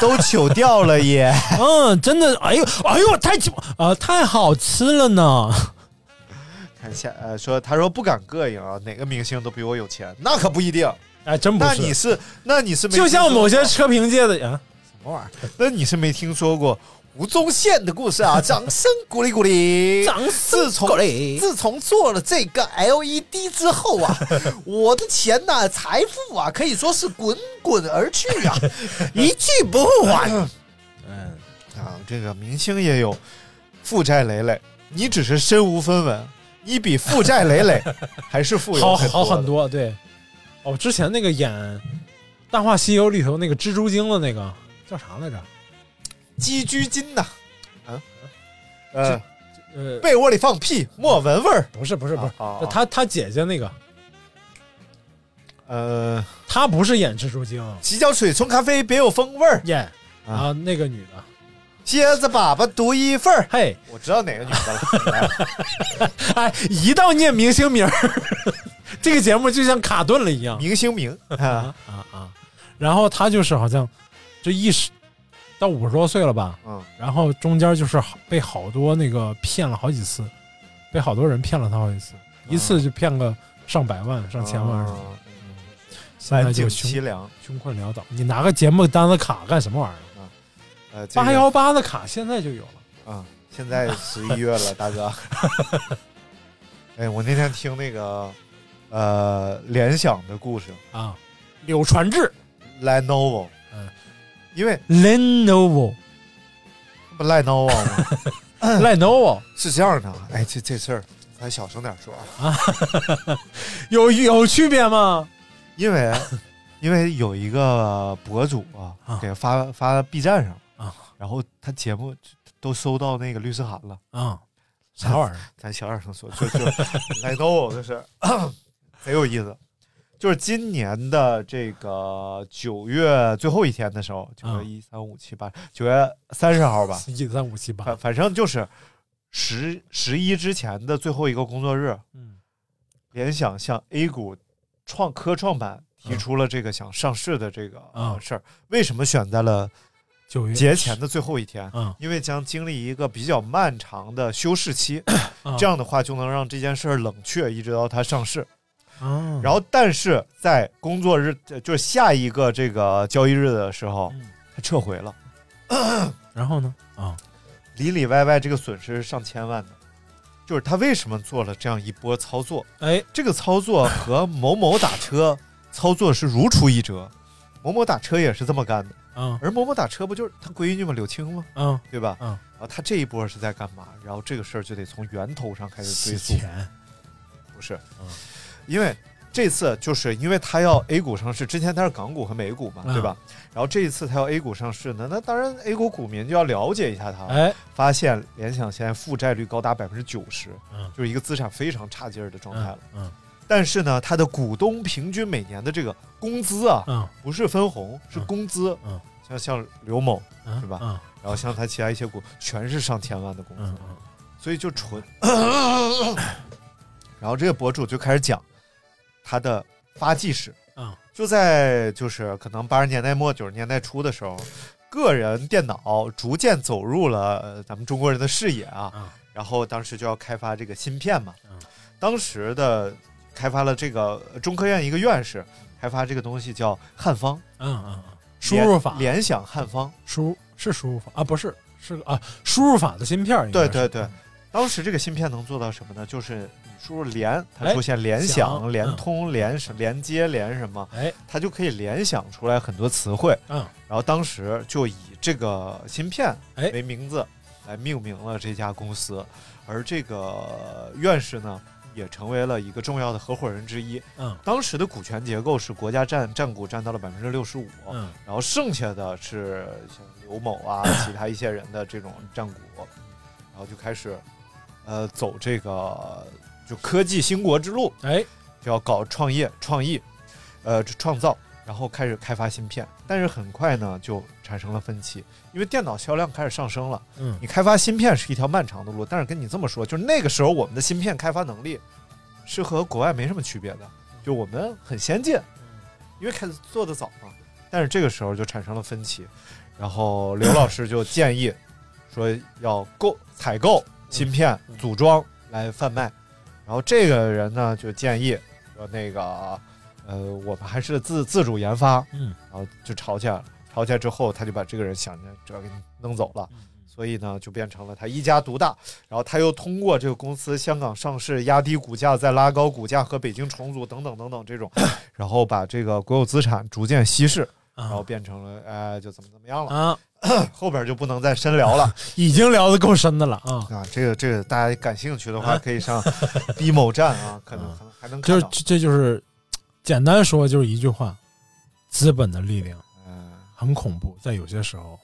F: 都糗掉了也。
G: 嗯，真的，哎呦，哎呦，太奇啊，太好吃了呢！
F: 看下呃说他说不敢膈应啊，哪个明星都比我有钱，那可不一定。
G: 哎，真不
F: 那
G: 是，
F: 你是那你是没
G: 就像
F: 听说
G: 某些
F: 过
G: 车评界的啊，
F: 什么玩意儿？ 那你是没听说过吴宗宪的故事 啊？掌声鼓励鼓励，
G: 掌声
F: 自从
G: 鼓励
F: 自从做了这个 LED 之后 啊，我的钱呐、财富啊，可以说是滚滚而去 啊，一去不复还。
G: 嗯，
F: 啊，这个明星也有负债累累，你只是身无分文，你比负债累累 还是富有
G: 好
F: 很
G: 好
F: 多的
G: 很。多，对。哦，之前那个演《大话西游》里头那个蜘蛛精的那个叫啥来着？
F: 积居金呐、啊，呃，
G: 呃，
F: 被窝里放屁，莫闻味儿。
G: 不是不是不是，
F: 啊啊
G: 就
F: 啊
G: 他他姐姐那个，
F: 呃，
G: 她不是演蜘蛛精，
F: 洗脚水冲咖啡别有风味儿，
G: 演
F: 啊
G: 啊那个女的，
F: 蝎子粑粑独一份儿。
G: 嘿，
F: 我知道哪个女的了，
G: 哎，一到念明星名儿， 这个节目就像卡顿了一 样
F: 明星名 啊
G: 啊啊啊！然后她就是好像这一十到五十多岁了吧，
F: 嗯，
G: 然后中间就是好被好多那个骗了好几次，被好多人骗了她好几次，一次就骗个上百万、上千万什么的，
F: 啊
G: 现在
F: 晚
G: 就
F: 景
G: 穷
F: 哎凄凉。
G: 穷困潦倒。你拿个节目单子卡干什么玩意儿？
F: 呃，这个
G: 八幺八的卡现在就有了。
F: 啊，现在十一月了，大 哥。哎，我那天听那个呃联想的故事
G: 啊，柳传志
F: Lenovo，
G: 嗯，
F: 因为
G: （Lenovo）、
F: 不 Lenovo 吗？
G: 嗯 Lenovo
F: 是这样的啊，哎，这这事儿咱小声点说啊，
G: 有有区别吗？
F: 因为因为有一个博主啊
G: 啊，
F: 给发发 B 站上
G: 啊，
F: 然后他节目都收到那个律师函了，
G: 啊，啥玩意儿？
F: 咱小点声说，就就 Lenovo 这是贼有意思。就是今年的这个九月最后一天的时候，九
G: 啊
F: 月一三五七八，九月三十号吧，
G: 一三五七 八
F: 反，反正就是十十一之前的最后一个工作日，
G: 嗯，
F: 联想向 A 股创科创板提出了这个想上市的这个、
G: 啊
F: 呃事儿。为什么选在了
G: 九月
F: 节前的最后一天？
G: 啊，
F: 因为将经历一个比较漫长的修饰期，
G: 啊
F: 这样的话就能让这件事儿冷却，一直到它上市。
G: 啊，
F: 然后，但是在工作日，呃就是下一个这个交易日的时候
G: 嗯，
F: 它撤回了，
G: 然后呢？啊，
F: 里里外外这个损失是上千万的。就是他为什么做了这样一波操作？
G: 哎，
F: 这个操作和某某打车操作是如出一辙，某某打车也是这么干的。
G: 啊
F: 而某某打车不就是他闺女吗？柳青吗？
G: 啊，
F: 对吧？
G: 嗯
F: 然后他这一波是在干嘛？然后这个事儿就得从源头上开始
G: 洗
F: 追溯，
G: 钱
F: 不是
G: 嗯？
F: 因为这次就是因为他要 A 股上市，之前他是港股和美股嘛，
G: 嗯
F: 对吧？然后这一次他要 A 股上市呢，那当然 A 股股民就要了解一下他，
G: 哎，
F: 发现联想现在负债率高达百分之九十
G: 嗯，
F: 就是一个资产非常差劲儿的状态了
G: 嗯。嗯
F: 但是呢，他的股东平均每年的这个工资啊，
G: 嗯
F: 不是分红，是工资。
G: 嗯
F: 像像刘某，
G: 嗯，
F: 是吧
G: 嗯
F: 然后像他其他一些股，全是上千万的工资，
G: 嗯嗯
F: 所以就纯。 然后这个博主就开始讲他的发迹史，
G: 嗯
F: 就在就是可能八十年代末九十年代初的时候，个人电脑逐渐走入了呃咱们中国人的视野啊。
G: 嗯
F: 然后当时就要开发这个芯片嘛，
G: 嗯
F: 当时的开发了这个呃中科院一个院士开发这个东西叫汉方
G: 嗯嗯，嗯输入法
F: 联联想汉方。
G: 输是输入法啊，不是是个啊输入法的芯片儿应该
F: 对
G: 是，嗯
F: 对对，当时这个芯片能做到什么呢？就是你输入联，它
G: 哎
F: 出现联
G: 想
F: 想、联
G: 嗯
F: 通、联什、联接、联什么，
G: 哎，
F: 它就可以联想出来很多词汇。
G: 嗯，
F: 然后当时就以这个芯片
G: 哎
F: 为名字来命名了这家公司，而这个院士呢。也成为了一个重要的合伙人之一。
G: 嗯，
F: 当时的股权结构是国家占占股占到了百分之六十五，
G: 嗯
F: 然后剩下的是像刘某啊，其他一些人的这种占股，然后就开始，呃，走这个就科技兴国之路，
G: 哎
F: 就要搞创业、创意，呃，创造，然后开始开发芯片。但是很快呢，就产生了分歧，因为电脑销量开始上升了。
G: 嗯
F: 你开发芯片是一条漫长的路，但是跟你这么说，就是那个时候我们的芯片开发能力是和国外没什么区别的，就我们很先进，因为开始做的早嘛。但是这个时候就产生了分歧，然后刘老师就建议说要购采购芯片组装来贩卖，然后这个人呢就建议说那个呃我们还是自自主研发，
G: 嗯
F: 然后就吵起来了。吵起来之后，他就把这个人想着这给你弄走
G: 嗯
F: 了，所以呢，就变成了他一家独大。然后他又通过这个公司香港上市、压低股价、再拉高股价和北京重组等等等等这种，然后把这个国有资产逐渐稀释，然后
G: 啊
F: 变成了哎，就怎么怎么样了。
G: 啊，
F: 后边就不能再深聊了
G: 已经聊得够深的了啊，
F: 啊。这个这个大家感兴趣的话，可以上 B 某站啊，可能可能还能
G: 就
F: 看
G: 是
F: 到。
G: 这这就是简单说就是一句话，资本的力量
F: 嗯，
G: 很恐怖，在有些时候，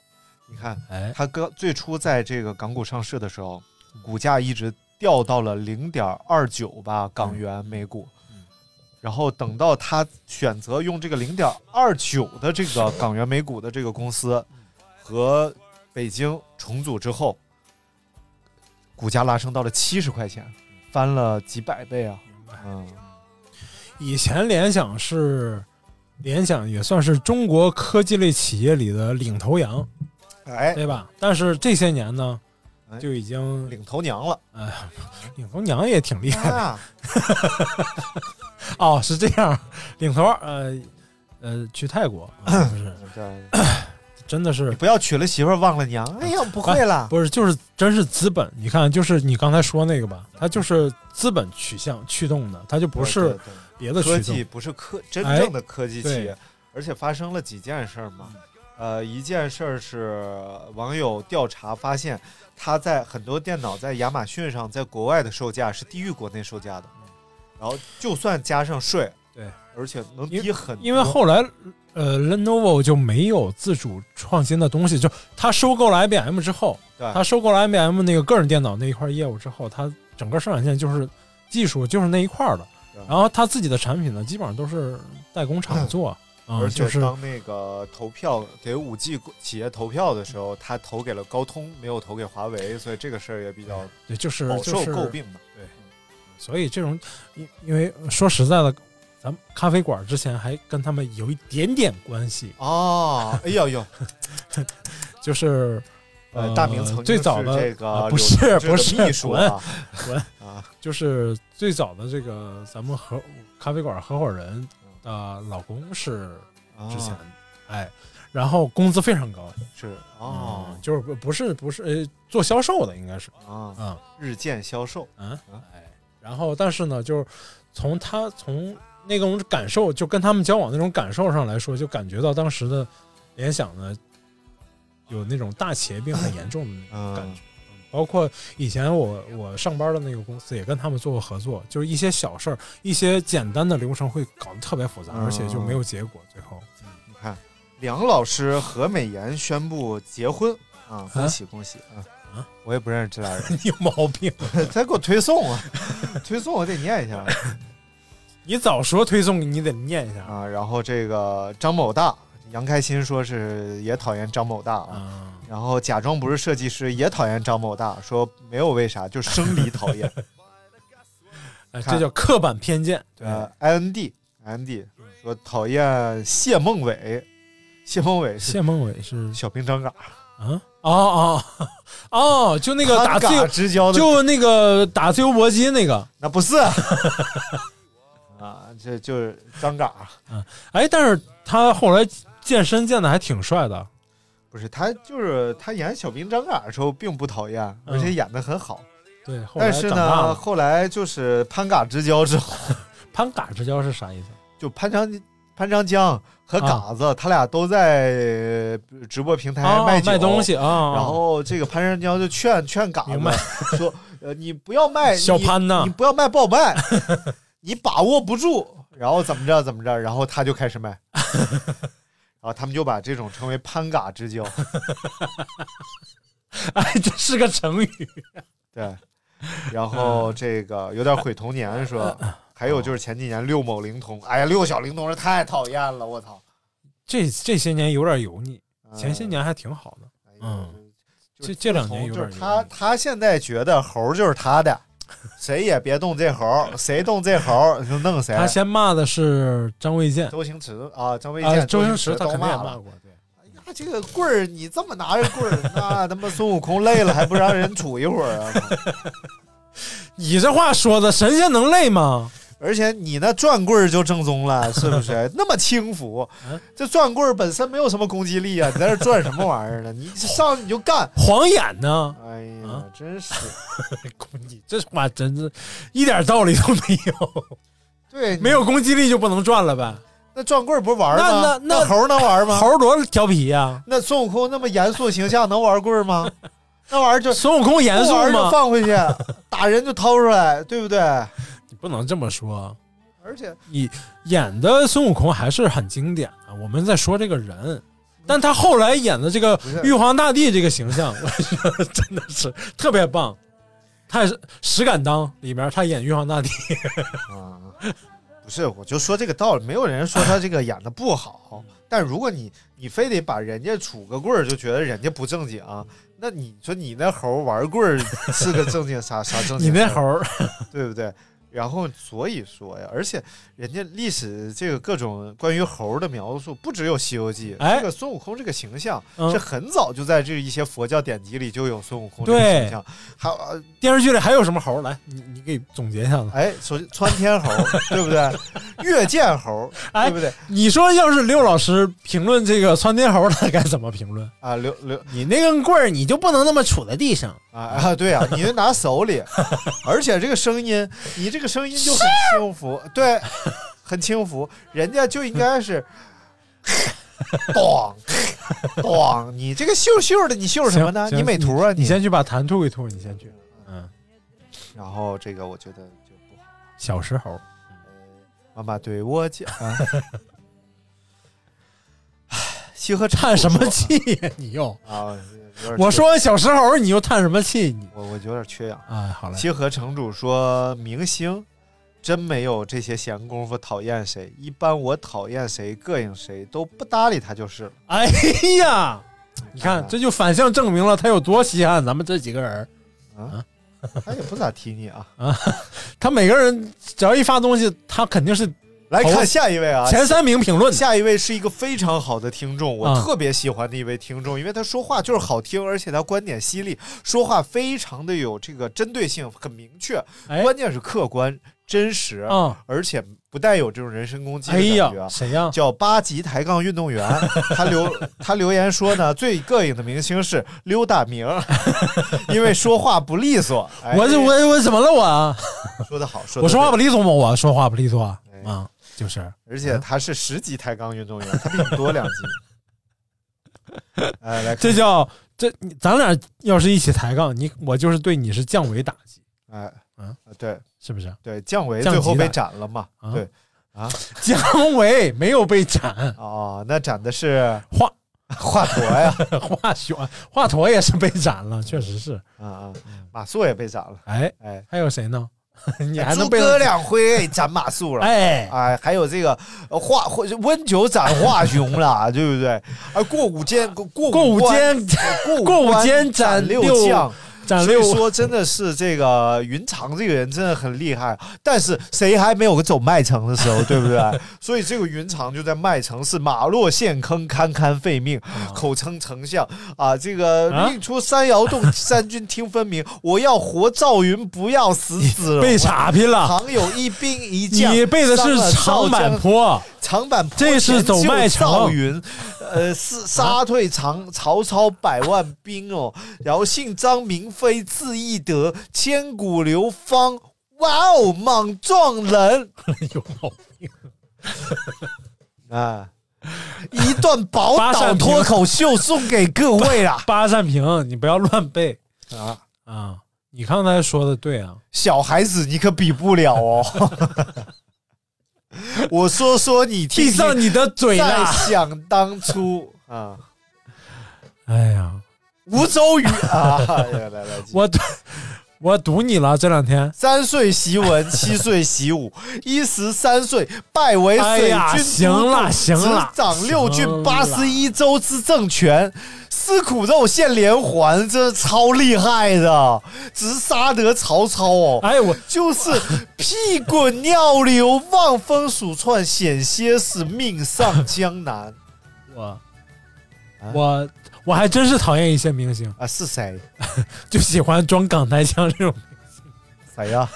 F: 你看
G: 哎，
F: 它刚最初在这个港股上市的时候，股价一直掉到了零点二九吧港元每股，然后等到他选择用这个零点二九的这个港元每股的这个公司和北京重组之后，股价拉升到了七十块钱，翻了几百倍啊！嗯，
G: 以前联想是联想也算是中国科技类企业里的领头羊，
F: 哎，
G: 对吧？但是这些年呢
F: 哎，
G: 就已经
F: 领头娘了
G: 领头娘也挺厉害的
F: 啊！
G: 哦，是这样，领头呃呃去泰国、啊不是
F: 对
G: 真的
F: 你
G: 是
F: 不要娶了媳妇儿忘了娘！哎呀，不会了。
G: 不是就是真是资本？你看，就是你刚才说那个吧，它就是资本取向驱动的，它就不
F: 对
G: 是
F: 对对
G: 别的
F: 科
G: 驱
F: 技
G: 动。
F: 不是科真正的科技企业，
G: 对
F: 而且发生了几件事儿嘛。呃，一件事儿是网友调查发现，它在很多电脑在亚马逊上，在国外的售价是低于国内售价的，然后就算加上税，
G: 对，
F: 而且能低很多。
G: 因为后来呃，Lenovo 就没有自主创新的东西，就它收购了 IBM 之后，
F: 对
G: 它收购了 IBM 那个个人电脑那一块业务之后，它整个生产线就是技术就是那一块儿的
F: 对，
G: 然后它自己的产品呢，基本上都是代工厂做。啊，
F: 嗯而
G: 就
F: 且
G: 是
F: 当那个投票给五 G 企业投票的时候，他投给了高通，没有投给华为，所以这个事儿也比较
G: 对，就是
F: 饱
G: 就
F: 受
G: 是
F: 诟病吧。
G: 所以这种，因因为说实在的，咱们咖啡馆之前还跟他们有一点点关系，
F: 哦，哎呦呦，
G: 就是
F: 呃，
G: 呃
F: 大明曾经
G: 最早的
F: 是这个
G: 啊不是
F: 柳橙
G: 不
F: 汁
G: 是
F: 的秘书啊，
G: 滚
F: 啊，
G: 就是最早的这个咱们合咖啡馆合伙人的老公是之前，
F: 哦
G: 哎，然后工资非常高，
F: 是哦
G: 嗯就是不不是不是呃做销售的应该是，
F: 啊，
G: 嗯
F: 日渐销售，
G: 嗯
F: 啊
G: 哎，然后但是呢，就是从他从那种感受，就跟他们交往那种感受上来说，就感觉到当时的联想呢，有那种大企业病很严重的那
F: 嗯
G: 种感觉。嗯包括以前我我上班的那个公司也跟他们做过合作，就是一些小事儿，一些简单的流程会搞得特别复杂，
F: 嗯
G: 而且就没有结果。最后，
F: 你看梁老师和美妍宣布结婚啊，恭喜恭喜啊
G: 啊！
F: 我也不认识这俩人，
G: 你有毛病！
F: 再给我推送啊， 推送我得念一下啊
G: 你早说推送你得念一下啊！
F: 啊。然后这个张某大，杨开心说是也讨厌张某大啊。
G: 啊
F: 然后假装不是设计师，也讨厌张某大，说没有为啥，就生理讨厌。
G: 哎，
F: 看
G: 这叫刻板偏见。对，
F: 呃，I N D I N D 说讨厌谢梦伟，谢孟伟是
G: 谢孟伟是
F: 小兵张嘎，
G: 啊哦哦哦，就那个打自
F: 他嘎
G: 由，
F: 直交的，
G: 就那个打自由搏击那个。
F: 那 不是啊，这就是张嘎，
G: 哎，但是他后来健身健的还挺帅的，
F: 不是他就是他演小兵张嘎的时候并不讨厌，
G: 嗯
F: 而且演的很好，
G: 对。后来
F: 但是
G: 长大
F: 呢，
G: 了，
F: 后来就是潘嘎之交之后，
G: 潘嘎之交是啥意思？
F: 就潘长潘长江和
G: 啊
F: 嘎子、他俩都在呃直播平台
G: 啊，
F: 卖酒、
G: 卖东西啊，啊
F: 然后这个潘长江就劝劝嘎
G: 明白
F: 子说：“呃，你不要卖，
G: 小潘呐
F: 你你不要卖不好卖， 你把握不住。”然后怎么着怎么着，然后他就开始 卖，然后他们就把这种称为“潘嘎之交
G: 哎，这是个成语。”。
F: 对，然后这个有点毁童年 说，还有就是前几年六某灵童，哎呀，六小灵童是太讨厌了，我操！
G: 这这些年有点油腻，前些
F: 嗯
G: 年还挺好的。嗯
F: 嗯，就是
G: 这这两年有
F: 就
G: 点
F: 是他
G: 油，腻
F: 他现在觉得猴儿就是他的，谁也别动这猴儿，谁动这猴儿就弄谁。
G: 他先骂的是张卫健
F: 周星驰啊，张卫
G: 啊，
F: 健、
G: 周星
F: 驰
G: 驰他
F: 都
G: 肯定也骂
F: 了。
G: 过，对。
F: 那这个棍儿，你这么拿着棍儿，那他妈孙悟空累了还不让人杵一会儿啊？
G: 你这话说的，神仙能累吗？
F: 而且你那转棍儿就正宗了，是不是？ 那么轻浮，
G: 嗯
F: 这转棍儿本身没有什么攻击力啊，你在这转什么玩意儿呢？你
G: 哦
F: 上去你就干。
G: 黄眼呢？
F: 哎呀
G: 啊，
F: 真是，
G: 你这话真是一点道理都没有，
F: 对，
G: 没有攻击力就不能转了呗？
F: 那转棍儿不是玩儿
G: 那
F: 吗？
G: 那那
F: 猴儿能玩儿吗？
G: 猴多调皮呀、
F: 那孙悟空那么严肃形象能玩棍儿吗？ 那玩意儿就
G: 孙悟空严肃
F: 不玩儿就
G: 吗？
F: 放回去，打人就掏出来，对不对？
G: 你不能这么说，啊
F: 而且
G: 你演的孙悟空还是很经典的。我们在说这个人，但他后来演的这个
F: 嗯是
G: 玉皇大帝这个形象，我觉得真的是特别棒。他也是《石敢当》里面，他演玉皇大帝，
F: 啊， 不是，我就说这个道理，没有人说他这个演的不
G: 嗯
F: 好，但如果你你非得把人家杵个棍儿就觉得人家不正经，那你说你那猴儿玩棍儿是个正经 啥啥正经？
G: 你那猴儿
F: 对不对？然后所以说呀，而且人家历史这个各种关于猴儿的描述，不只有《西游记》
G: 哎
F: 这个孙悟空这个形象、
G: 嗯
F: 是很早就在这一些佛教典籍里就有孙悟空这个
G: 对
F: 形象。还有呃
G: 电视剧里还有什么猴儿？来，你你给总结一下子。
F: 哎，首先窜天 猴，对不对？越见猴，
G: 哎
F: 对不对？
G: 你说要是刘老师评论这个窜天猴，他该怎么评论？
F: 啊，刘刘
G: 你那根棍儿，你就不能那么杵在地上。
F: 啊啊，对啊，你就拿手 里，而且这个声音，你这个声音就很轻浮，对，很轻浮，人家就应该 是，咚咚，你这个咻咻的，你咻什么呢？
G: 行行
F: 你美图啊
G: 你先去把痰吐一吐，你先去。嗯，
F: 然后这个我觉得就不好，
G: 小石猴，
F: 妈妈对我 讲，唉西河
G: 叹什么
F: 楚
G: 气呀？你又，
F: 啊？有点
G: 我
F: 缺
G: 说完小石猴，你又叹什么气？你
F: 我我有点缺氧。
G: 哎，好嘞，
F: 西河城主说：“明星真没有这些闲工夫讨厌谁，一般我讨厌谁、膈应谁都不搭理他就是了。
G: 哎呀，你看
F: 啊
G: 这就反向证明了他有多稀罕咱们这几个人。
F: 他哎也不咋提你 啊。
G: 他每个人只要一发东西，他肯定是
F: 来看下一位啊，
G: 前三名评论的。
F: 下一位是一个非常好的听众，我
G: 啊
F: 特别喜欢的一位听众，因为他说话就是好听，而且他观点犀利，说话非常的有这个针对性，很明确，
G: 哎
F: 关键是客观、真实，
G: 啊，
F: 而且不带有这种人身攻击的
G: 哎
F: 感觉啊。
G: 呀，谁呀？
F: 叫八级抬杠运动员，他留他留言说呢，最膈应的明星是溜达明， 因为说话不利索。哎
G: 我这我我怎么了我？
F: 说的好，说
G: 我说话不
F: 利，
G: 利索吗？我说话不利索啊
F: 哎，
G: 啊就是
F: 而且他是十级抬杠运动员，他比你多两级。哎，来看，
G: 这叫这，你咱俩要是一起抬杠，你我就是对你是降维打击，
F: 哎，
G: 嗯
F: 对
G: 是不是？
F: 对，降维
G: 降
F: 最
G: 级的
F: 后被斩了嘛？
G: 啊
F: 对啊
G: 姜维没有被斩，
F: 哦，那斩的是
G: 华
F: 华佗 呀，
G: 华佗华佗也是被斩了，确实是。
F: 啊啊，马谡也被斩了，
G: 哎，
F: 哎，
G: 还有谁呢？ 你还
F: 诸
G: 能被
F: 葛亮辉斩马谡了。
G: 哎，
F: 哎，还有这个呃华或者温酒斩华雄了，对不对？啊，过五间过
G: 过
F: 五
G: 五
F: 关
G: 间
F: 过
G: 过
F: 五
G: 五
F: 关
G: 间斩
F: 斩
G: 六
F: 将，
G: 战
F: 所
G: 六
F: 以说，真的是这个云长这个人真的很厉害，但是谁还没有个走麦城的时候，对不 对？所以这个云长就在麦城是马落陷坑，堪堪废命，口称丞相啊，这个
G: 啊
F: 命出山摇动，三军听分明，我要活赵云，不要死子荣。
G: 被查拼了，
F: 常有一兵一将，
G: 你背的
F: 伤
G: 是
F: 了赵
G: 长坂
F: 将
G: 坡，
F: 长坂坡
G: 这是走麦城
F: 赵云，呃，是杀退长曹操百万兵哦。然后姓张名飞，字翼德，千古流芳。哇哦，莽撞人
G: 有毛病。
F: 啊！一段宝
G: 八
F: 岛
G: 扇屏
F: 脱口秀送给各位啊啦！
G: 八扇屏，你不要乱背
F: 啊
G: 啊！你刚才说的 对啊，
F: 小孩子你可比不了 哦。我说说你听
G: 闭
F: 听，
G: 上你的嘴
F: 再
G: 啦！
F: 想当初啊，
G: 哎呀，
F: 吴周瑜啊，来来来，
G: 我赌我赌你了，这两天
F: 三岁习文，七岁习武，一十三岁拜为
G: 哎
F: 水军
G: 呀行
F: 都督
G: 了行了
F: 执掌六郡
G: 行
F: 八
G: 了
F: 十一州之政权。司苦肉献连环，这超厉害的，直杀得曹操哦！
G: 哎我
F: 就是屁滚尿流，望风鼠窜，险些是命丧江南啊
G: 我我我还真是讨厌一些明星，
F: 啊！是谁？
G: 就喜欢装港台腔这种。
F: 谁 呀、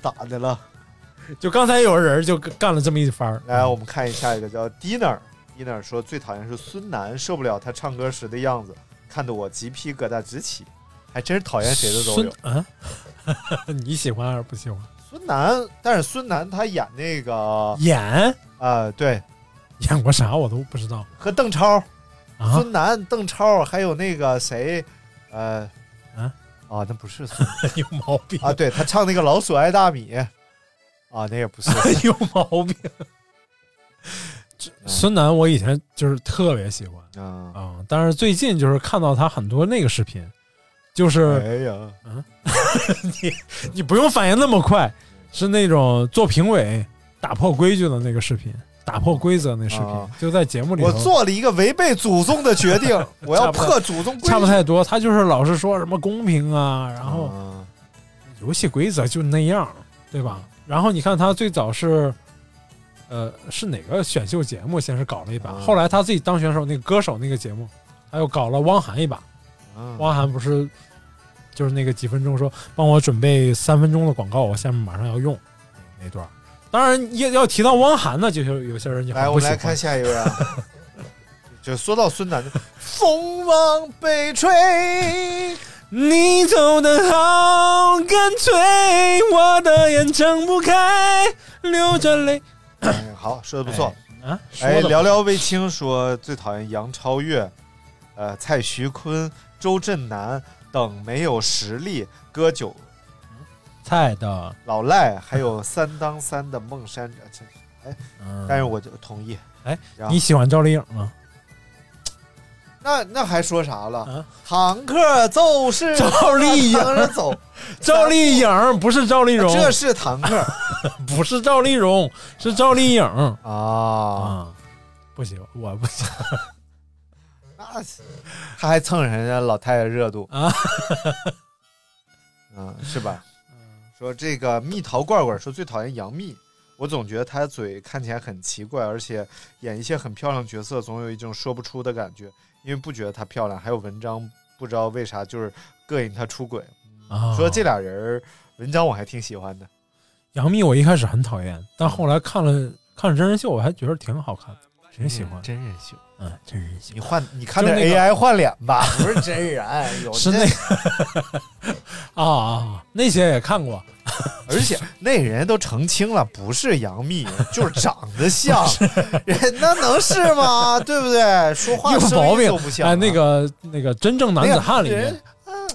F: 咋的了？
G: 就刚才有人就干了这么一番儿
F: 来，我们看一下一个叫 Dinner。Dinner 说最讨厌是孙楠，受不了他唱歌时的样子，看得我鸡皮疙瘩直起。还真是讨厌谁的都
G: 孙
F: 有。
G: 啊， 你喜欢还是不喜欢？
F: 孙楠，但是孙楠他演那个啊、
G: 演
F: 呃对，
G: 演过啥我都不知道
F: 和邓超、
G: 啊！
F: 孙楠、邓超，还有那个谁，呃，
G: 啊
F: 啊，那不是孙
G: 有毛病
F: 啊，对他唱那个《老鼠爱大米》，啊，那也不是
G: 有毛病。这
F: 嗯
G: 孙楠，我以前就是特别喜欢
F: 啊。
G: 啊，但是最近就是看到他很多那个视频，就是
F: 哎呀，
G: 你不用反应那么快，是那种做评委打破规矩的那个视频，打破规则那视
F: 啊
G: 频，就在节目里
F: 我
G: 头
F: 做了一个违背祖宗的决定，我要
G: 差不多
F: 破祖宗规矩。
G: 差不太多。他就是老是说什么公平啊，然后
F: 啊
G: 游戏规则就那样，对吧？然后你看他最早是，呃，是哪个选秀节目先是搞了一把，
F: 啊
G: 后来他自己当选手那个歌手那个节目，他又搞了汪涵一把。
F: 啊
G: 汪涵不是就是那个几分钟说帮我准备三分钟的广告，我下面马上要用那段儿。当然要要提到汪涵呢，就是有些人就很
F: 哎来，我
G: 不
F: 们
G: 喜
F: 来
G: 欢
F: 看下一位啊。 就说到孙楠，风往北吹，
G: 你走的好干脆，我的眼睁不开，流着泪。
F: 哎好，说的不错。
G: 啊，
F: 哎，
G: 说的
F: 聊聊卫青说最讨厌杨超越，呃，蔡徐坤、周震南等没有实力割韭
G: 菜的，
F: 老赖，还有三当三的孟山。呃这
G: 嗯，
F: 但是啊我就同意。
G: 哎
F: 然后，
G: 你喜欢赵丽颖吗？
F: 那那还说啥了？
G: 啊
F: 坦克就是
G: 赵丽颖
F: 躺着 走，
G: 赵丽颖不是赵丽蓉，
F: 这是啊坦 克
G: 不是赵丽蓉，是赵丽颖啊、
F: 啊。
G: 不行，我不 行
F: 那是 他还蹭人家老太太热度
G: 啊，
F: 嗯，是吧？说这个蜜桃罐罐说最讨厌杨幂，我总觉得她嘴看起来很奇怪，而且演一些很漂亮角色，总有一种说不出的感觉，因为不觉得她漂亮。还有文章不知道为啥就是膈应她出轨，
G: 啊。
F: 说这俩人儿文章我还挺喜欢的，
G: 杨幂，我一开始很讨厌，但后来看了看了真人秀，我还觉得挺好看的，挺喜欢。
F: 嗯真人秀。
G: 嗯，真人秀
F: 你换你看
G: 就
F: 点
G: 是那个
F: AI 换脸吧，不是真人，哎有
G: 嗯是
F: 这
G: 那个 啊啊，啊那些也看过，
F: 而且那人都澄清了，不是杨幂，就是长得像， 人那能是吗？对不对？说话
G: 有
F: 声
G: 毛
F: 音
G: 病
F: 都不。像啊、
G: 哎，那个那个《真正男子汉》里面，
F: 人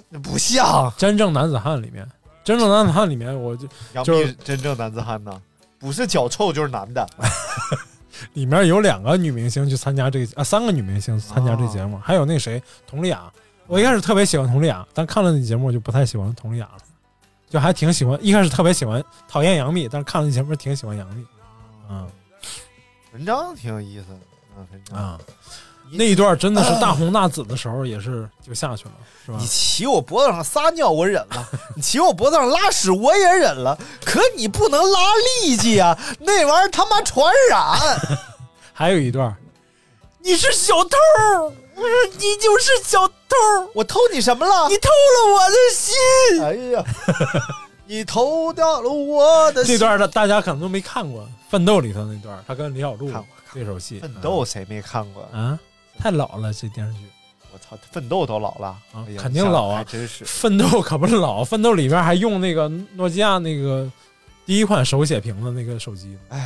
F: 嗯不像
G: 《真正男子汉》里面，《真正男子汉》里面，我就
F: 杨
G: 就
F: 幂
G: 是
F: 真正男子汉呢，不是脚臭就是男的。
G: 里面有两个女明星去参加这个啊，三个女明星参加这节目，还有那谁佟丽娅。我一开始特别喜欢佟丽娅，但看了那节目我就不太喜欢佟丽娅了，就还挺喜欢。一开始特别喜欢讨厌杨幂，但是看了那节目挺喜欢杨幂。嗯
F: 文章挺有意思的，嗯，文章
G: 啊，那一段真的是大红大紫的时候，也是就下去了，是 吧
F: 你？骑我脖子上撒尿我忍了，你骑我脖子上拉屎我也忍了，可你不能拉痢疾啊，那玩意儿他妈传染。
G: 还有一段，
F: 你是小偷，你就是小偷，我偷你什么了？你偷了我的心。哎呀， 你偷掉了我的心。
G: 这段的大家可能都没看过，《奋斗》里头那段，他跟李小璐
F: 看过
G: 对手戏，
F: 奋斗谁没看过？
G: 啊，太老了这电视剧。
F: 我操，奋斗都老了
G: 啊
F: 哎呀
G: 肯定老啊
F: 还真是。
G: 奋斗可不是老，奋斗里边还用那个诺基亚那个第一款手写屏的那个手机呢。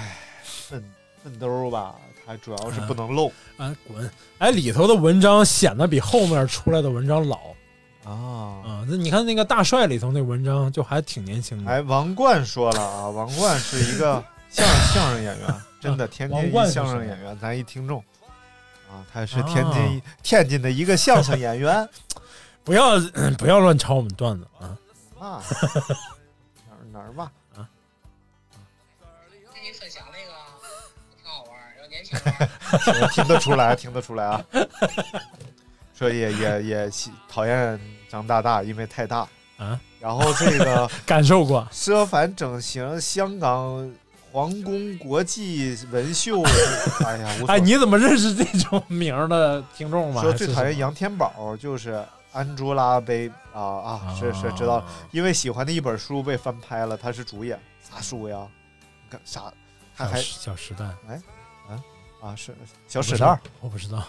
F: 奋奋斗吧，它主要是不能漏
G: 啊，滚！哎，里头的文章显得比后面出来的文章老
F: 啊。
G: 啊。那你看那个大帅里头那文章就还挺年轻的。
F: 哎，王冠说了 啊，王冠是一个相声相声演员，真的天津
G: 王
F: 一
G: 冠是
F: 相声
G: 谁
F: 演员，咱一听众啊，他是天津一、天津的一个相声演员
G: 不要 不要乱抄我们段子啊！
F: 啊，哪儿哪儿吧，
H: 跟你分享那个挺好玩儿，有年 轻人
F: 我听得出来，听得出来啊。说也也也喜讨厌张大大，因为太大
G: 啊。
F: 然后这个。
G: 感受过，
F: 奢凡整形，香港皇宫国际纹绣，哎呀，无所
G: 哎，
F: 谓
G: 你怎么认识这种名儿的听众吗？
F: 说最讨
G: 还
F: 厌
G: 是什么
F: 杨天宝就是安朱拉贝啊啊，是是知道了，
G: 啊
F: 因为喜欢的一本书被翻拍了，他是主演，啥书呀？你看啥？他
G: 小
F: 还
G: 时小时代，
F: 啊是小
G: 不
F: 史
G: 知
F: 袋
G: 道
F: 儿。
G: 我不知道。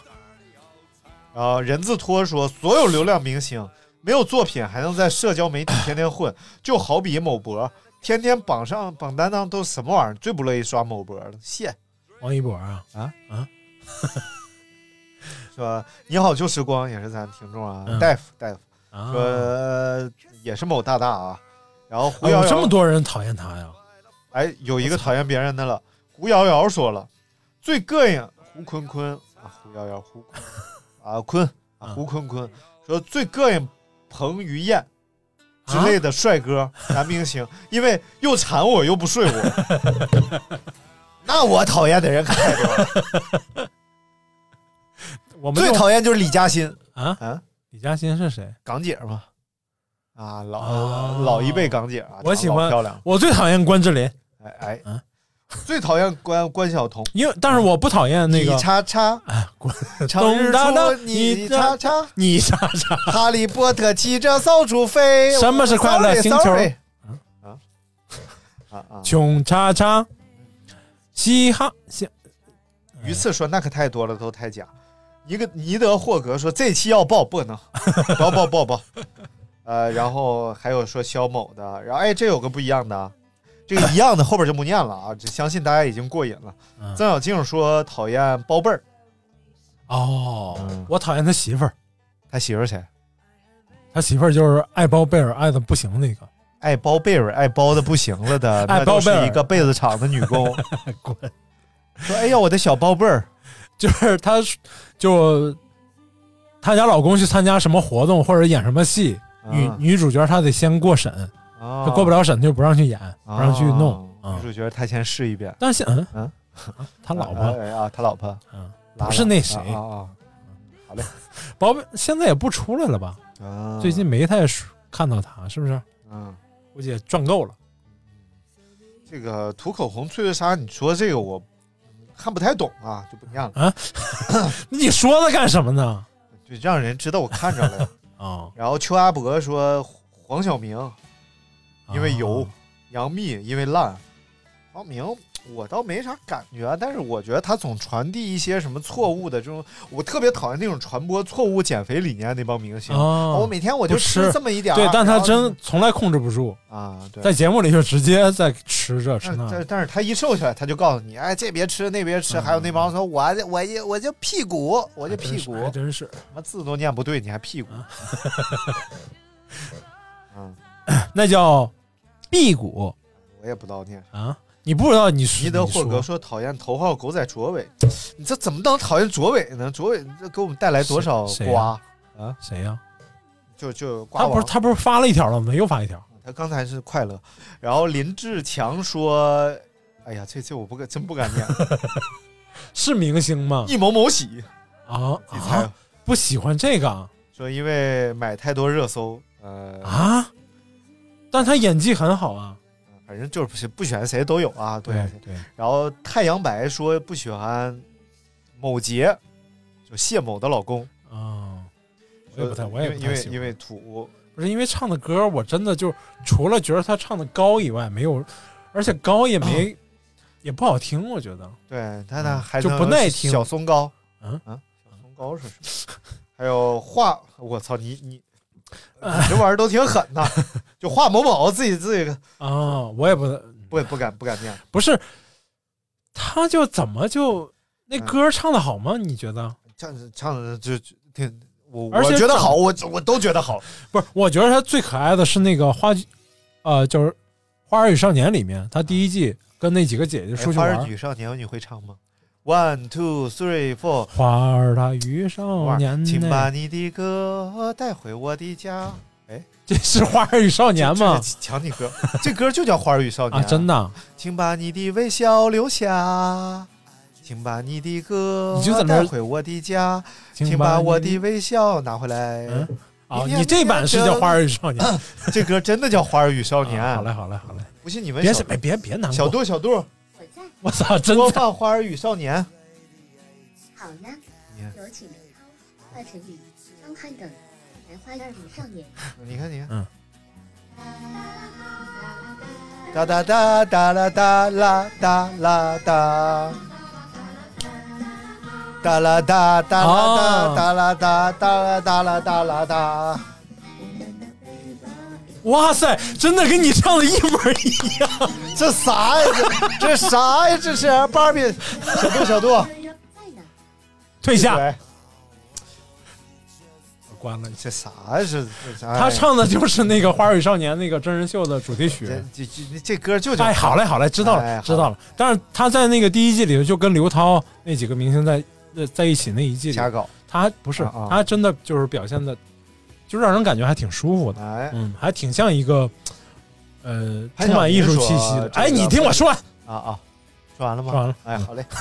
F: 啊，任字拖说，所有流量明星没有作品还能在社交媒体天天混，就好比某博，天天榜上榜单上都什么玩意儿？最不乐意刷某博了，谢。
G: 王一博啊，
F: 说你好旧时光也是咱听众啊，
G: 嗯
F: 大夫大夫
G: 啊，
F: 说、也是某大大啊，然后胡
G: 哎
F: 瑶
G: 有这
F: 瑶、
G: 么多人讨厌他呀？
F: 哎有一个讨厌别人的了，胡瑶瑶说了最膈应胡坤坤啊胡瑶瑶胡啊坤啊
G: 嗯
F: 胡坤坤说最膈应彭于晏。
G: 啊
F: 之类的帅哥男明星，因为又馋我又不睡我， 那我讨厌的人可太多了。
G: 我们
F: 最
G: 这种
F: 讨厌就是李嘉欣
G: 啊
F: 啊，
G: 李嘉欣是谁？
F: 港姐嘛，啊，老、
G: 啊
F: 老一辈港姐啊，
G: 我喜
F: 长
G: 欢
F: 得老漂亮，
G: 我最讨厌关之琳，
F: 哎哎，
G: 嗯
F: 最讨厌关关晓彤，
G: 因为但是我不讨厌 那个
F: 你叉叉，
G: 滚
F: 长日
G: 咚哒哒
F: 出你哦
G: 你
F: 叉叉，
G: 你啥啥
F: 哈利波特骑着扫帚飞，
G: 什么是快乐星球嗯
F: Sorry，sorry 啊啊啊！
G: 穷叉叉，嘻哈嘻
F: 鱼刺说那可太多了，都太假。一个尼德霍格说这期要爆，不能，不要爆爆爆。呃，然后还有说肖某的，然后哎，这有个不一样的，啊，这个一样的后边就不念了啊，这相信大家已经过瘾了。
G: 嗯
F: 曾小静说讨厌包贝儿，
G: 哦
F: 嗯，
G: 我讨厌他媳妇儿，
F: 他媳妇儿谁？
G: 他媳妇儿就是爱包贝尔爱的不行 那个，
F: 爱包贝尔，爱包的不行了的，
G: 爱
F: 那都
G: 包贝
F: 是
G: 尔
F: 一个被子厂的女 工。
G: 滚！
F: 说哎呀，我的小包贝儿，
G: 就是他，就他家老公去参加什么活动或者演什么戏，女
F: 嗯
G: 女主角她得先过审，
F: 啊
G: 她过不了审就不让去演，不让去弄
F: 啊
G: 啊
F: 女。主角她先试一遍，
G: 但是嗯
F: 哦嗯
G: 啊他老
F: 啊
G: 婆
F: 哎啊，他老婆
G: 嗯
F: 拉
G: 不是
F: 了
G: 那谁
F: 啊啊啊
G: 包贝现在也不出来了吧？
F: 啊
G: 最近没太看到他，是不是？
F: 嗯，
G: 估计也赚够了。
F: 这个涂口红、翠翠莎，你说这个我看不太懂啊，就不念了，
G: 你说他干什么呢？
F: 就让人知道我看着 了呀。
G: 啊，
F: 然后邱阿伯说黄晓明因为油，杨幂因为烂，黄晓明我倒没啥感觉，啊但是我觉得他总传递一些什么错误的这种，我特别讨厌那种传播错误减肥理念那帮明星。哦
G: 啊，
F: 我每天我就
G: 不吃
F: 吃这么一点儿啊
G: 对，但他
F: 然后
G: 真从来控制不住，
F: 啊，对，
G: 在节目里就直接在吃这吃
F: 但
G: 那
F: 但但是他一瘦下来，他就告诉你，哎，这别吃，那别
G: 嗯
F: 吃，还有那帮说，我我一我就屁股，
G: 哎
F: 我就屁股，
G: 还
F: 什
G: 真是。
F: 么字都念不对，你还屁
G: 嗯
F: 股，
G: 那叫辟谷
F: 我也不知道念。
G: 啊！你不知道你是
F: 尼德霍格
G: 你说
F: 说讨厌头号狗仔卓伟，你这怎么能讨厌卓伟呢？卓伟这给我们带来多少
G: 谁谁
F: 瓜？
G: 呀谁呀、
F: 就就瓜
G: 他不
F: 王
G: 是他不是发了一条了吗？又发一条，
F: 他刚才是快乐，然后林志强说， 哎呀，这这我不敢真不敢念，
G: 是明星吗？
F: 一某某喜
G: 啊
F: 自己猜
G: 啊，不喜欢这个啊
F: 说因为买太多热搜，呃，
G: 啊，但他演技很好啊。
F: 反正就是不喜不喜欢谁都有啊，对。
G: 对，
F: 然后太阳白说不喜欢某杰，就谢某的老公，
G: 啊，我也不太，我也不
F: 因
G: 太
F: 为
G: 喜
F: 因为因
G: 欢
F: 为土，
G: 不是因为唱的歌，我真的就除了觉得他唱的高以外，没有，而且高也
F: 啊
G: 没、也不好听，我觉得。
F: 对，但他
G: 嗯
F: 还
G: 就
F: 能
G: 不耐听
F: 小松糕，
G: 嗯
F: 啊，小松糕是什么？还有画，我操你你，你这玩意儿都挺狠 呐，就画某某自己自己
G: 啊，我也不
F: 不不敢不敢念，
G: 不是，他就怎么就那歌唱的好吗？你觉得？
F: 唱着唱着就就挺我
G: 而
F: 我
G: 且
F: 觉得
G: 长
F: 好，我我都觉得好，
G: 不是，我觉得他最可爱的是那个花剧，呃，就是《花儿与少年》里面，他第一季跟那几个姐姐
F: 哎
G: 出去
F: 花
G: 玩
F: 儿
G: 儿。
F: 与少年你会唱吗？One two three four，
G: 花儿它与少
F: 花
G: 哦年
F: 儿，请把
G: 呢？
F: 你的歌带回我的家。哎，
G: 这是《花儿与少年》吗
F: 这？是抢你歌，这歌就叫《花儿与少年
G: 啊，》真
F: 的。
G: 的啊，
F: 请把你的微笑留下，请把你的歌
G: 你就在那儿
F: 带回我的家，
G: 请
F: 请把我
G: 你
F: 的微笑拿回来。
G: 嗯啊，
F: 明天
G: 你这版是叫《花儿 与少年》
F: 这歌真的叫《花儿与少年》
G: 啊好嘞，，好嘞，好嘞，
F: 不信你问
G: 别
F: 哎小
G: 别别别难过，
F: 小杜，小杜
H: 我在，
G: 我操，真
F: 播
G: 的
F: 放《花儿与少年》。
H: 好呢
F: 你看，
H: 有请二十里张翰的《白花儿与少年》。
F: 你看，你看，
G: 嗯
F: 哒哒哒哒啦哒啦哒啦哒，哒啦哒哒啦哒
G: 啊
F: 哒啦哒哒啦哒啦哒啦哒。
G: 哇塞，真的跟你唱的一模一样。
F: 这啥呀？这这啥呀？这是芭比，小杜小 杜，
H: 在呢，
G: 退下，
F: 对，
G: 关了。
F: 这啥呀？这这啥呀？
G: 他唱的就是那个《花儿与少年》那个真人秀的主题曲。
F: 这这这这歌就叫
G: 哎，好嘞，好嘞，知道了，
F: 哎好嘞
G: 知道了。但是他在那个第一季里头，就跟刘涛那几个明星在呃在一起那一季里
F: 瞎，搞。
G: 他不是、
F: 啊啊
G: 他真的就是表现的，就让人感觉还挺舒服的，
F: 哎
G: 嗯，还挺像一个呃
F: 潘
G: 充
F: 晓
G: 满艺
F: 明
G: 术
F: 说
G: 气息的
F: 这。个
G: 哎，你听我说完，
F: 啊啊，说完了吗？
G: 说完了
F: 哎，好嘞。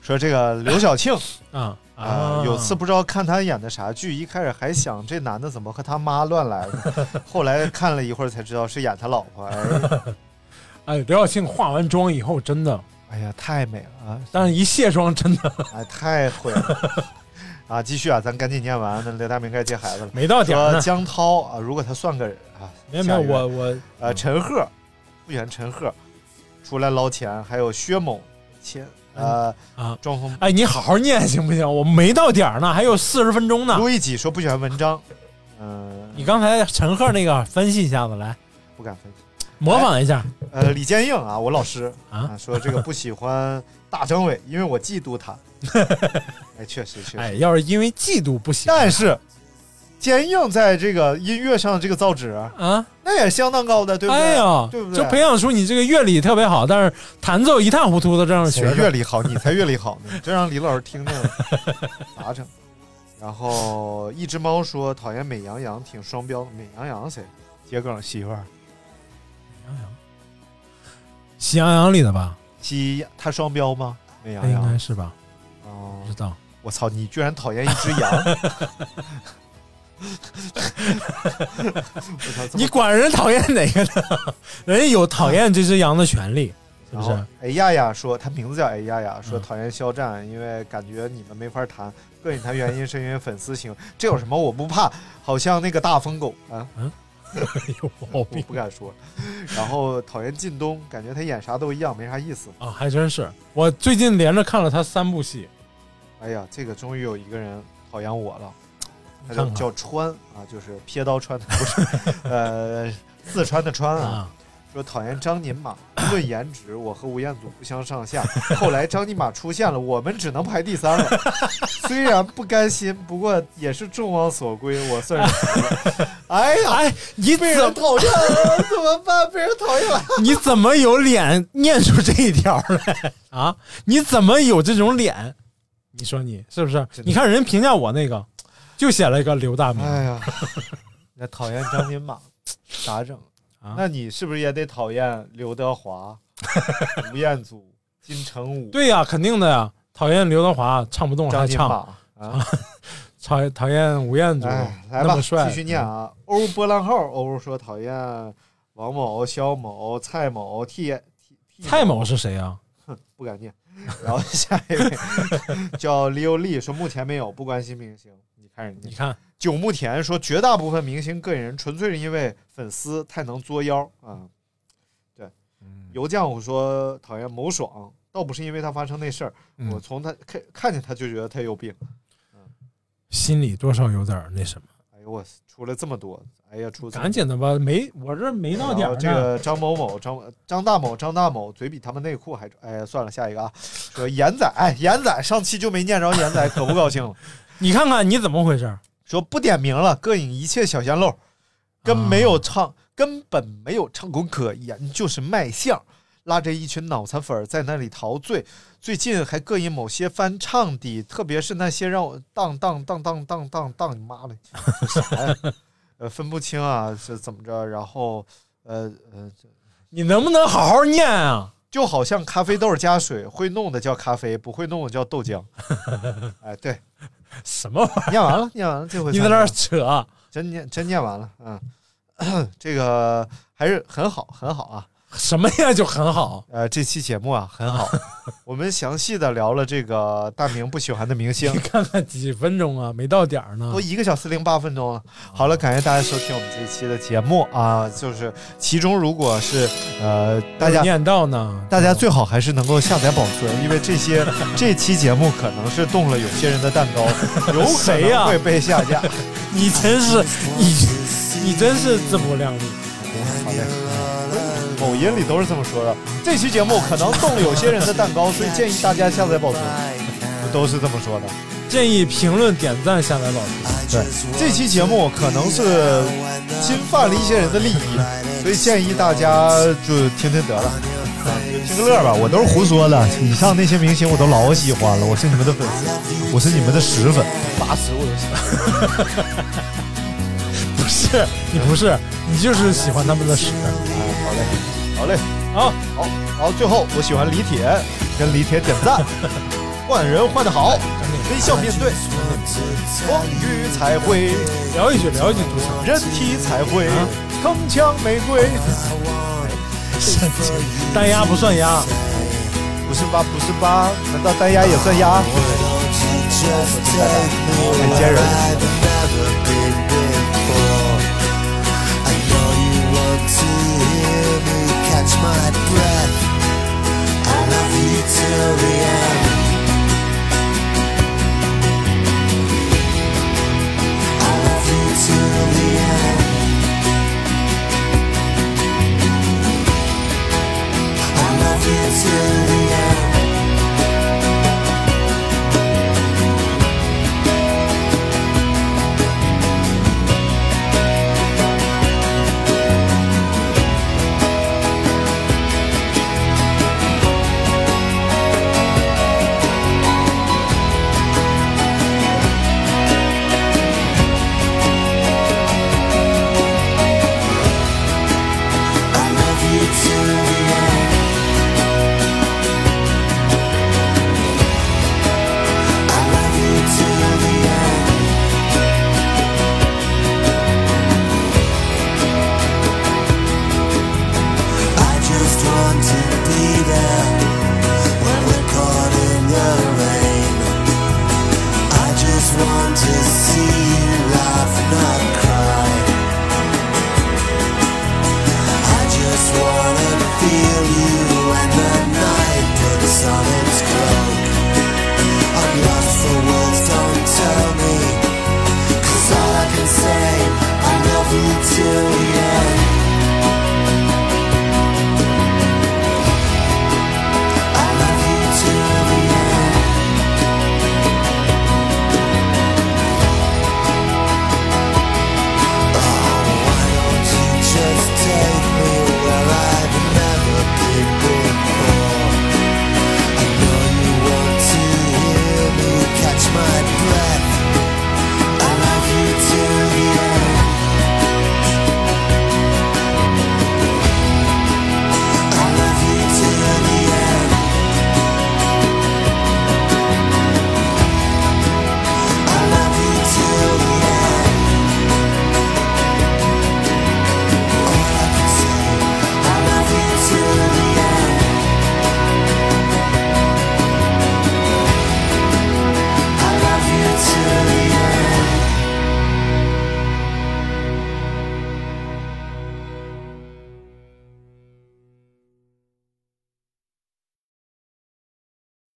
F: 说这个刘晓庆
G: 啊
F: 啊、有次不知道看他演的啥剧，一开始还想这男的怎么和他妈乱来的， 后来看了一会儿才知道是演他老婆。哎，
G: 哎，刘晓庆化完妆以后真的，
F: 哎呀，太美了啊！
G: 但是一卸妆真的
F: 哎，太毁了 啊！继续啊，咱赶紧念完，那刘大明该接孩子了。
G: 没到点儿
F: 说
G: 呢。
F: 江涛啊，如果他算个人啊，
G: 没有没有，
F: 吓人
G: 我我
F: 呃，陈赫，不喜欢陈赫，出来捞钱，还有薛某，钱呃
G: 啊
F: 庄峰
G: 哎，你好好念行不行？我没到点儿呢，还有四十分钟呢。
F: 路易吉说不喜欢文章，嗯、
G: 你刚才陈赫那个分析一下子来。
F: 不敢分析。
G: 模仿一下
F: 呃，李坚硬啊，我老师啊
G: 啊
F: 说这个不喜欢大张伟，因为我嫉妒 他。哎，确实确实，
G: 哎，要是因为嫉妒不行
F: 但是坚硬在这个音乐上这个造纸，
G: 啊，
F: 那也相当高的，对不对？
G: 哎呀，
F: 对不对？
G: 就培养出你这个乐理特别好，但是弹奏一塌糊涂的这样的
F: 谁
G: 学
F: 乐
G: 生，
F: 理好，你才乐理好呢，这让李老师 听着咋整？然后一只猫说讨厌美羊羊，挺双标的。美羊羊谁？桔梗媳妇儿，
G: 喜羊羊里的吧，
F: 鸡它双标吗？美
G: 那
F: 羊
G: 应该
F: 羊。
G: 是吧？
F: 哦
G: 不知道，
F: 我操，你居然讨厌一只羊！ 我操，这么
G: 你管人讨厌哪个 呢？人家有讨厌这只羊的权利，是
F: 然
G: 不
F: 后
G: 是？
F: 哎呀呀说，他名字叫哎呀呀，说
G: 嗯
F: 讨厌肖战，因为感觉你们没法谈。膈应他原因是因为粉丝行，这有什么？我不怕，好像那个大疯狗啊，
G: 有毛
F: 我
G: 病
F: 不敢说。然后讨厌靳东，感觉他演啥都一样，没啥意思。
G: 啊，还真是。我最近连着看了他三部戏，
F: 哎呀，这个终于有一个人讨厌我了，他叫
G: 你看看
F: 叫川啊，就是撇刀川，不是，呃，四川的川啊。
G: 啊，
F: 说讨厌张宁玛，论颜值，我和吴彦祖不相上下。后来张宁玛出现了，我们只能排第三了。虽然不甘心，不过也是众望所归，我算是 服了。哎呀，
G: 哎，你
F: 被人
G: 怎
F: 讨厌了，怎么办？被人讨厌了。
G: 你怎么有脸念出这一条来啊？你怎么有这种脸？你说你是不是？
F: 真的
G: 你看人评价我那个，就写了一个刘大明，
F: 哎呀，那讨厌张宁玛 咋整？
G: 啊
F: 那你是不是也得 讨厌刘德华、吴彦祖、金城武？
G: 对呀、肯定的呀。讨厌刘德华唱不动还
F: 张金
G: 唱
F: 榜， 啊，
G: 讨讨厌吴彦祖
F: 哎，来
G: 那
F: 吧，
G: 么帅，嗯
F: 继续念啊。欧波浪号，欧说讨厌王某、肖某、蔡某、T T- T
G: 嗯。蔡某是谁啊？
F: 不敢念。 然后下一位叫 Leo Lee 说目前没有，不关心明星。你看人家
G: 你看
F: 九木田说绝大部分明星个人纯粹是因为粉丝太能作妖啊。对，
G: 嗯
F: 油酱我说讨厌某爽，倒不是因为他发生那事儿，
G: 嗯
F: 我从他看看见他就觉得他有病。
G: 心里多少有点儿那什么，
F: 哎呦我出来这么多，哎呀出这么多
G: 赶紧的吧，没我这没到点
F: 然
G: 儿
F: 后
G: 呢。
F: 这个张某某、张张大某、张大某嘴比他们内裤还臭……哎呀，算了，下一个啊。说严仔，哎，严仔上期就没念着，严仔可不高兴了，
G: 你看看你怎么回事儿？
F: 说不点名了，膈应一切小鲜肉，跟
G: 啊
F: 没有唱，根本没有唱功可言，就是卖相。拉着一群脑残粉儿在那里陶醉，最近还膈应某些翻唱的，特别是那些让我当当当当当当当，你妈的，这啥呀？呃， 分不清啊，是怎么着？然后，呃呃，
G: 你能不能好好念啊？
F: 就好像咖啡豆加水，会弄的叫咖啡，不会弄的叫豆浆。哎，对，
G: 什么玩意
F: 念完了，念完了，这
G: 儿？
F: 回
G: 你在
F: 算
G: 那儿
F: 了
G: 扯，啊
F: 真念真念完了，嗯，这个还是很好，很好啊。
G: 什么呀就很好。
F: 呃，这期节目啊很 好，我们详细的聊了这个大明不喜欢的明 星
G: 你，看看几分钟啊，没到点儿呢
F: 都。一个小时零八分钟了。好了，感谢大家收听我们这期的节目啊，就是其中如果是呃大家
G: 有念到呢，
F: 大家最好还是能够下载保存，因为这些这期节目可能是动了有些人的 蛋糕，有可
G: 谁呀
F: 能会被下架。
G: 你真是你你真是自不量力。
F: 好嘞，某哦音里都是这么说的。这期节目可能动了有些人的蛋糕，所以建议大家下载保存，都是这么说的。
G: 建议评论、点赞、下载老师。
F: 对，这期节目可能是侵犯了一些人的利益，所以建议大家就听听得了，啊，就听个乐吧。我都是胡说的，以上那些明星我都老喜欢了，我是你们的粉丝，我是你们的十粉，八十我都喜欢。
G: 不是你不是你就是喜欢他们的屎。
F: 好嘞，好嘞，
G: 好，
F: 好，好。最后我喜欢李铁，跟李铁点赞，换人换得好，微笑面对，风雨才会，
G: 聊一句聊一句 足球。
F: 人体才会，铿锵玫瑰。
G: 单压不算压，
F: 不是吧，不是吧？难道哎单压也算压？太奸人。
I: Never be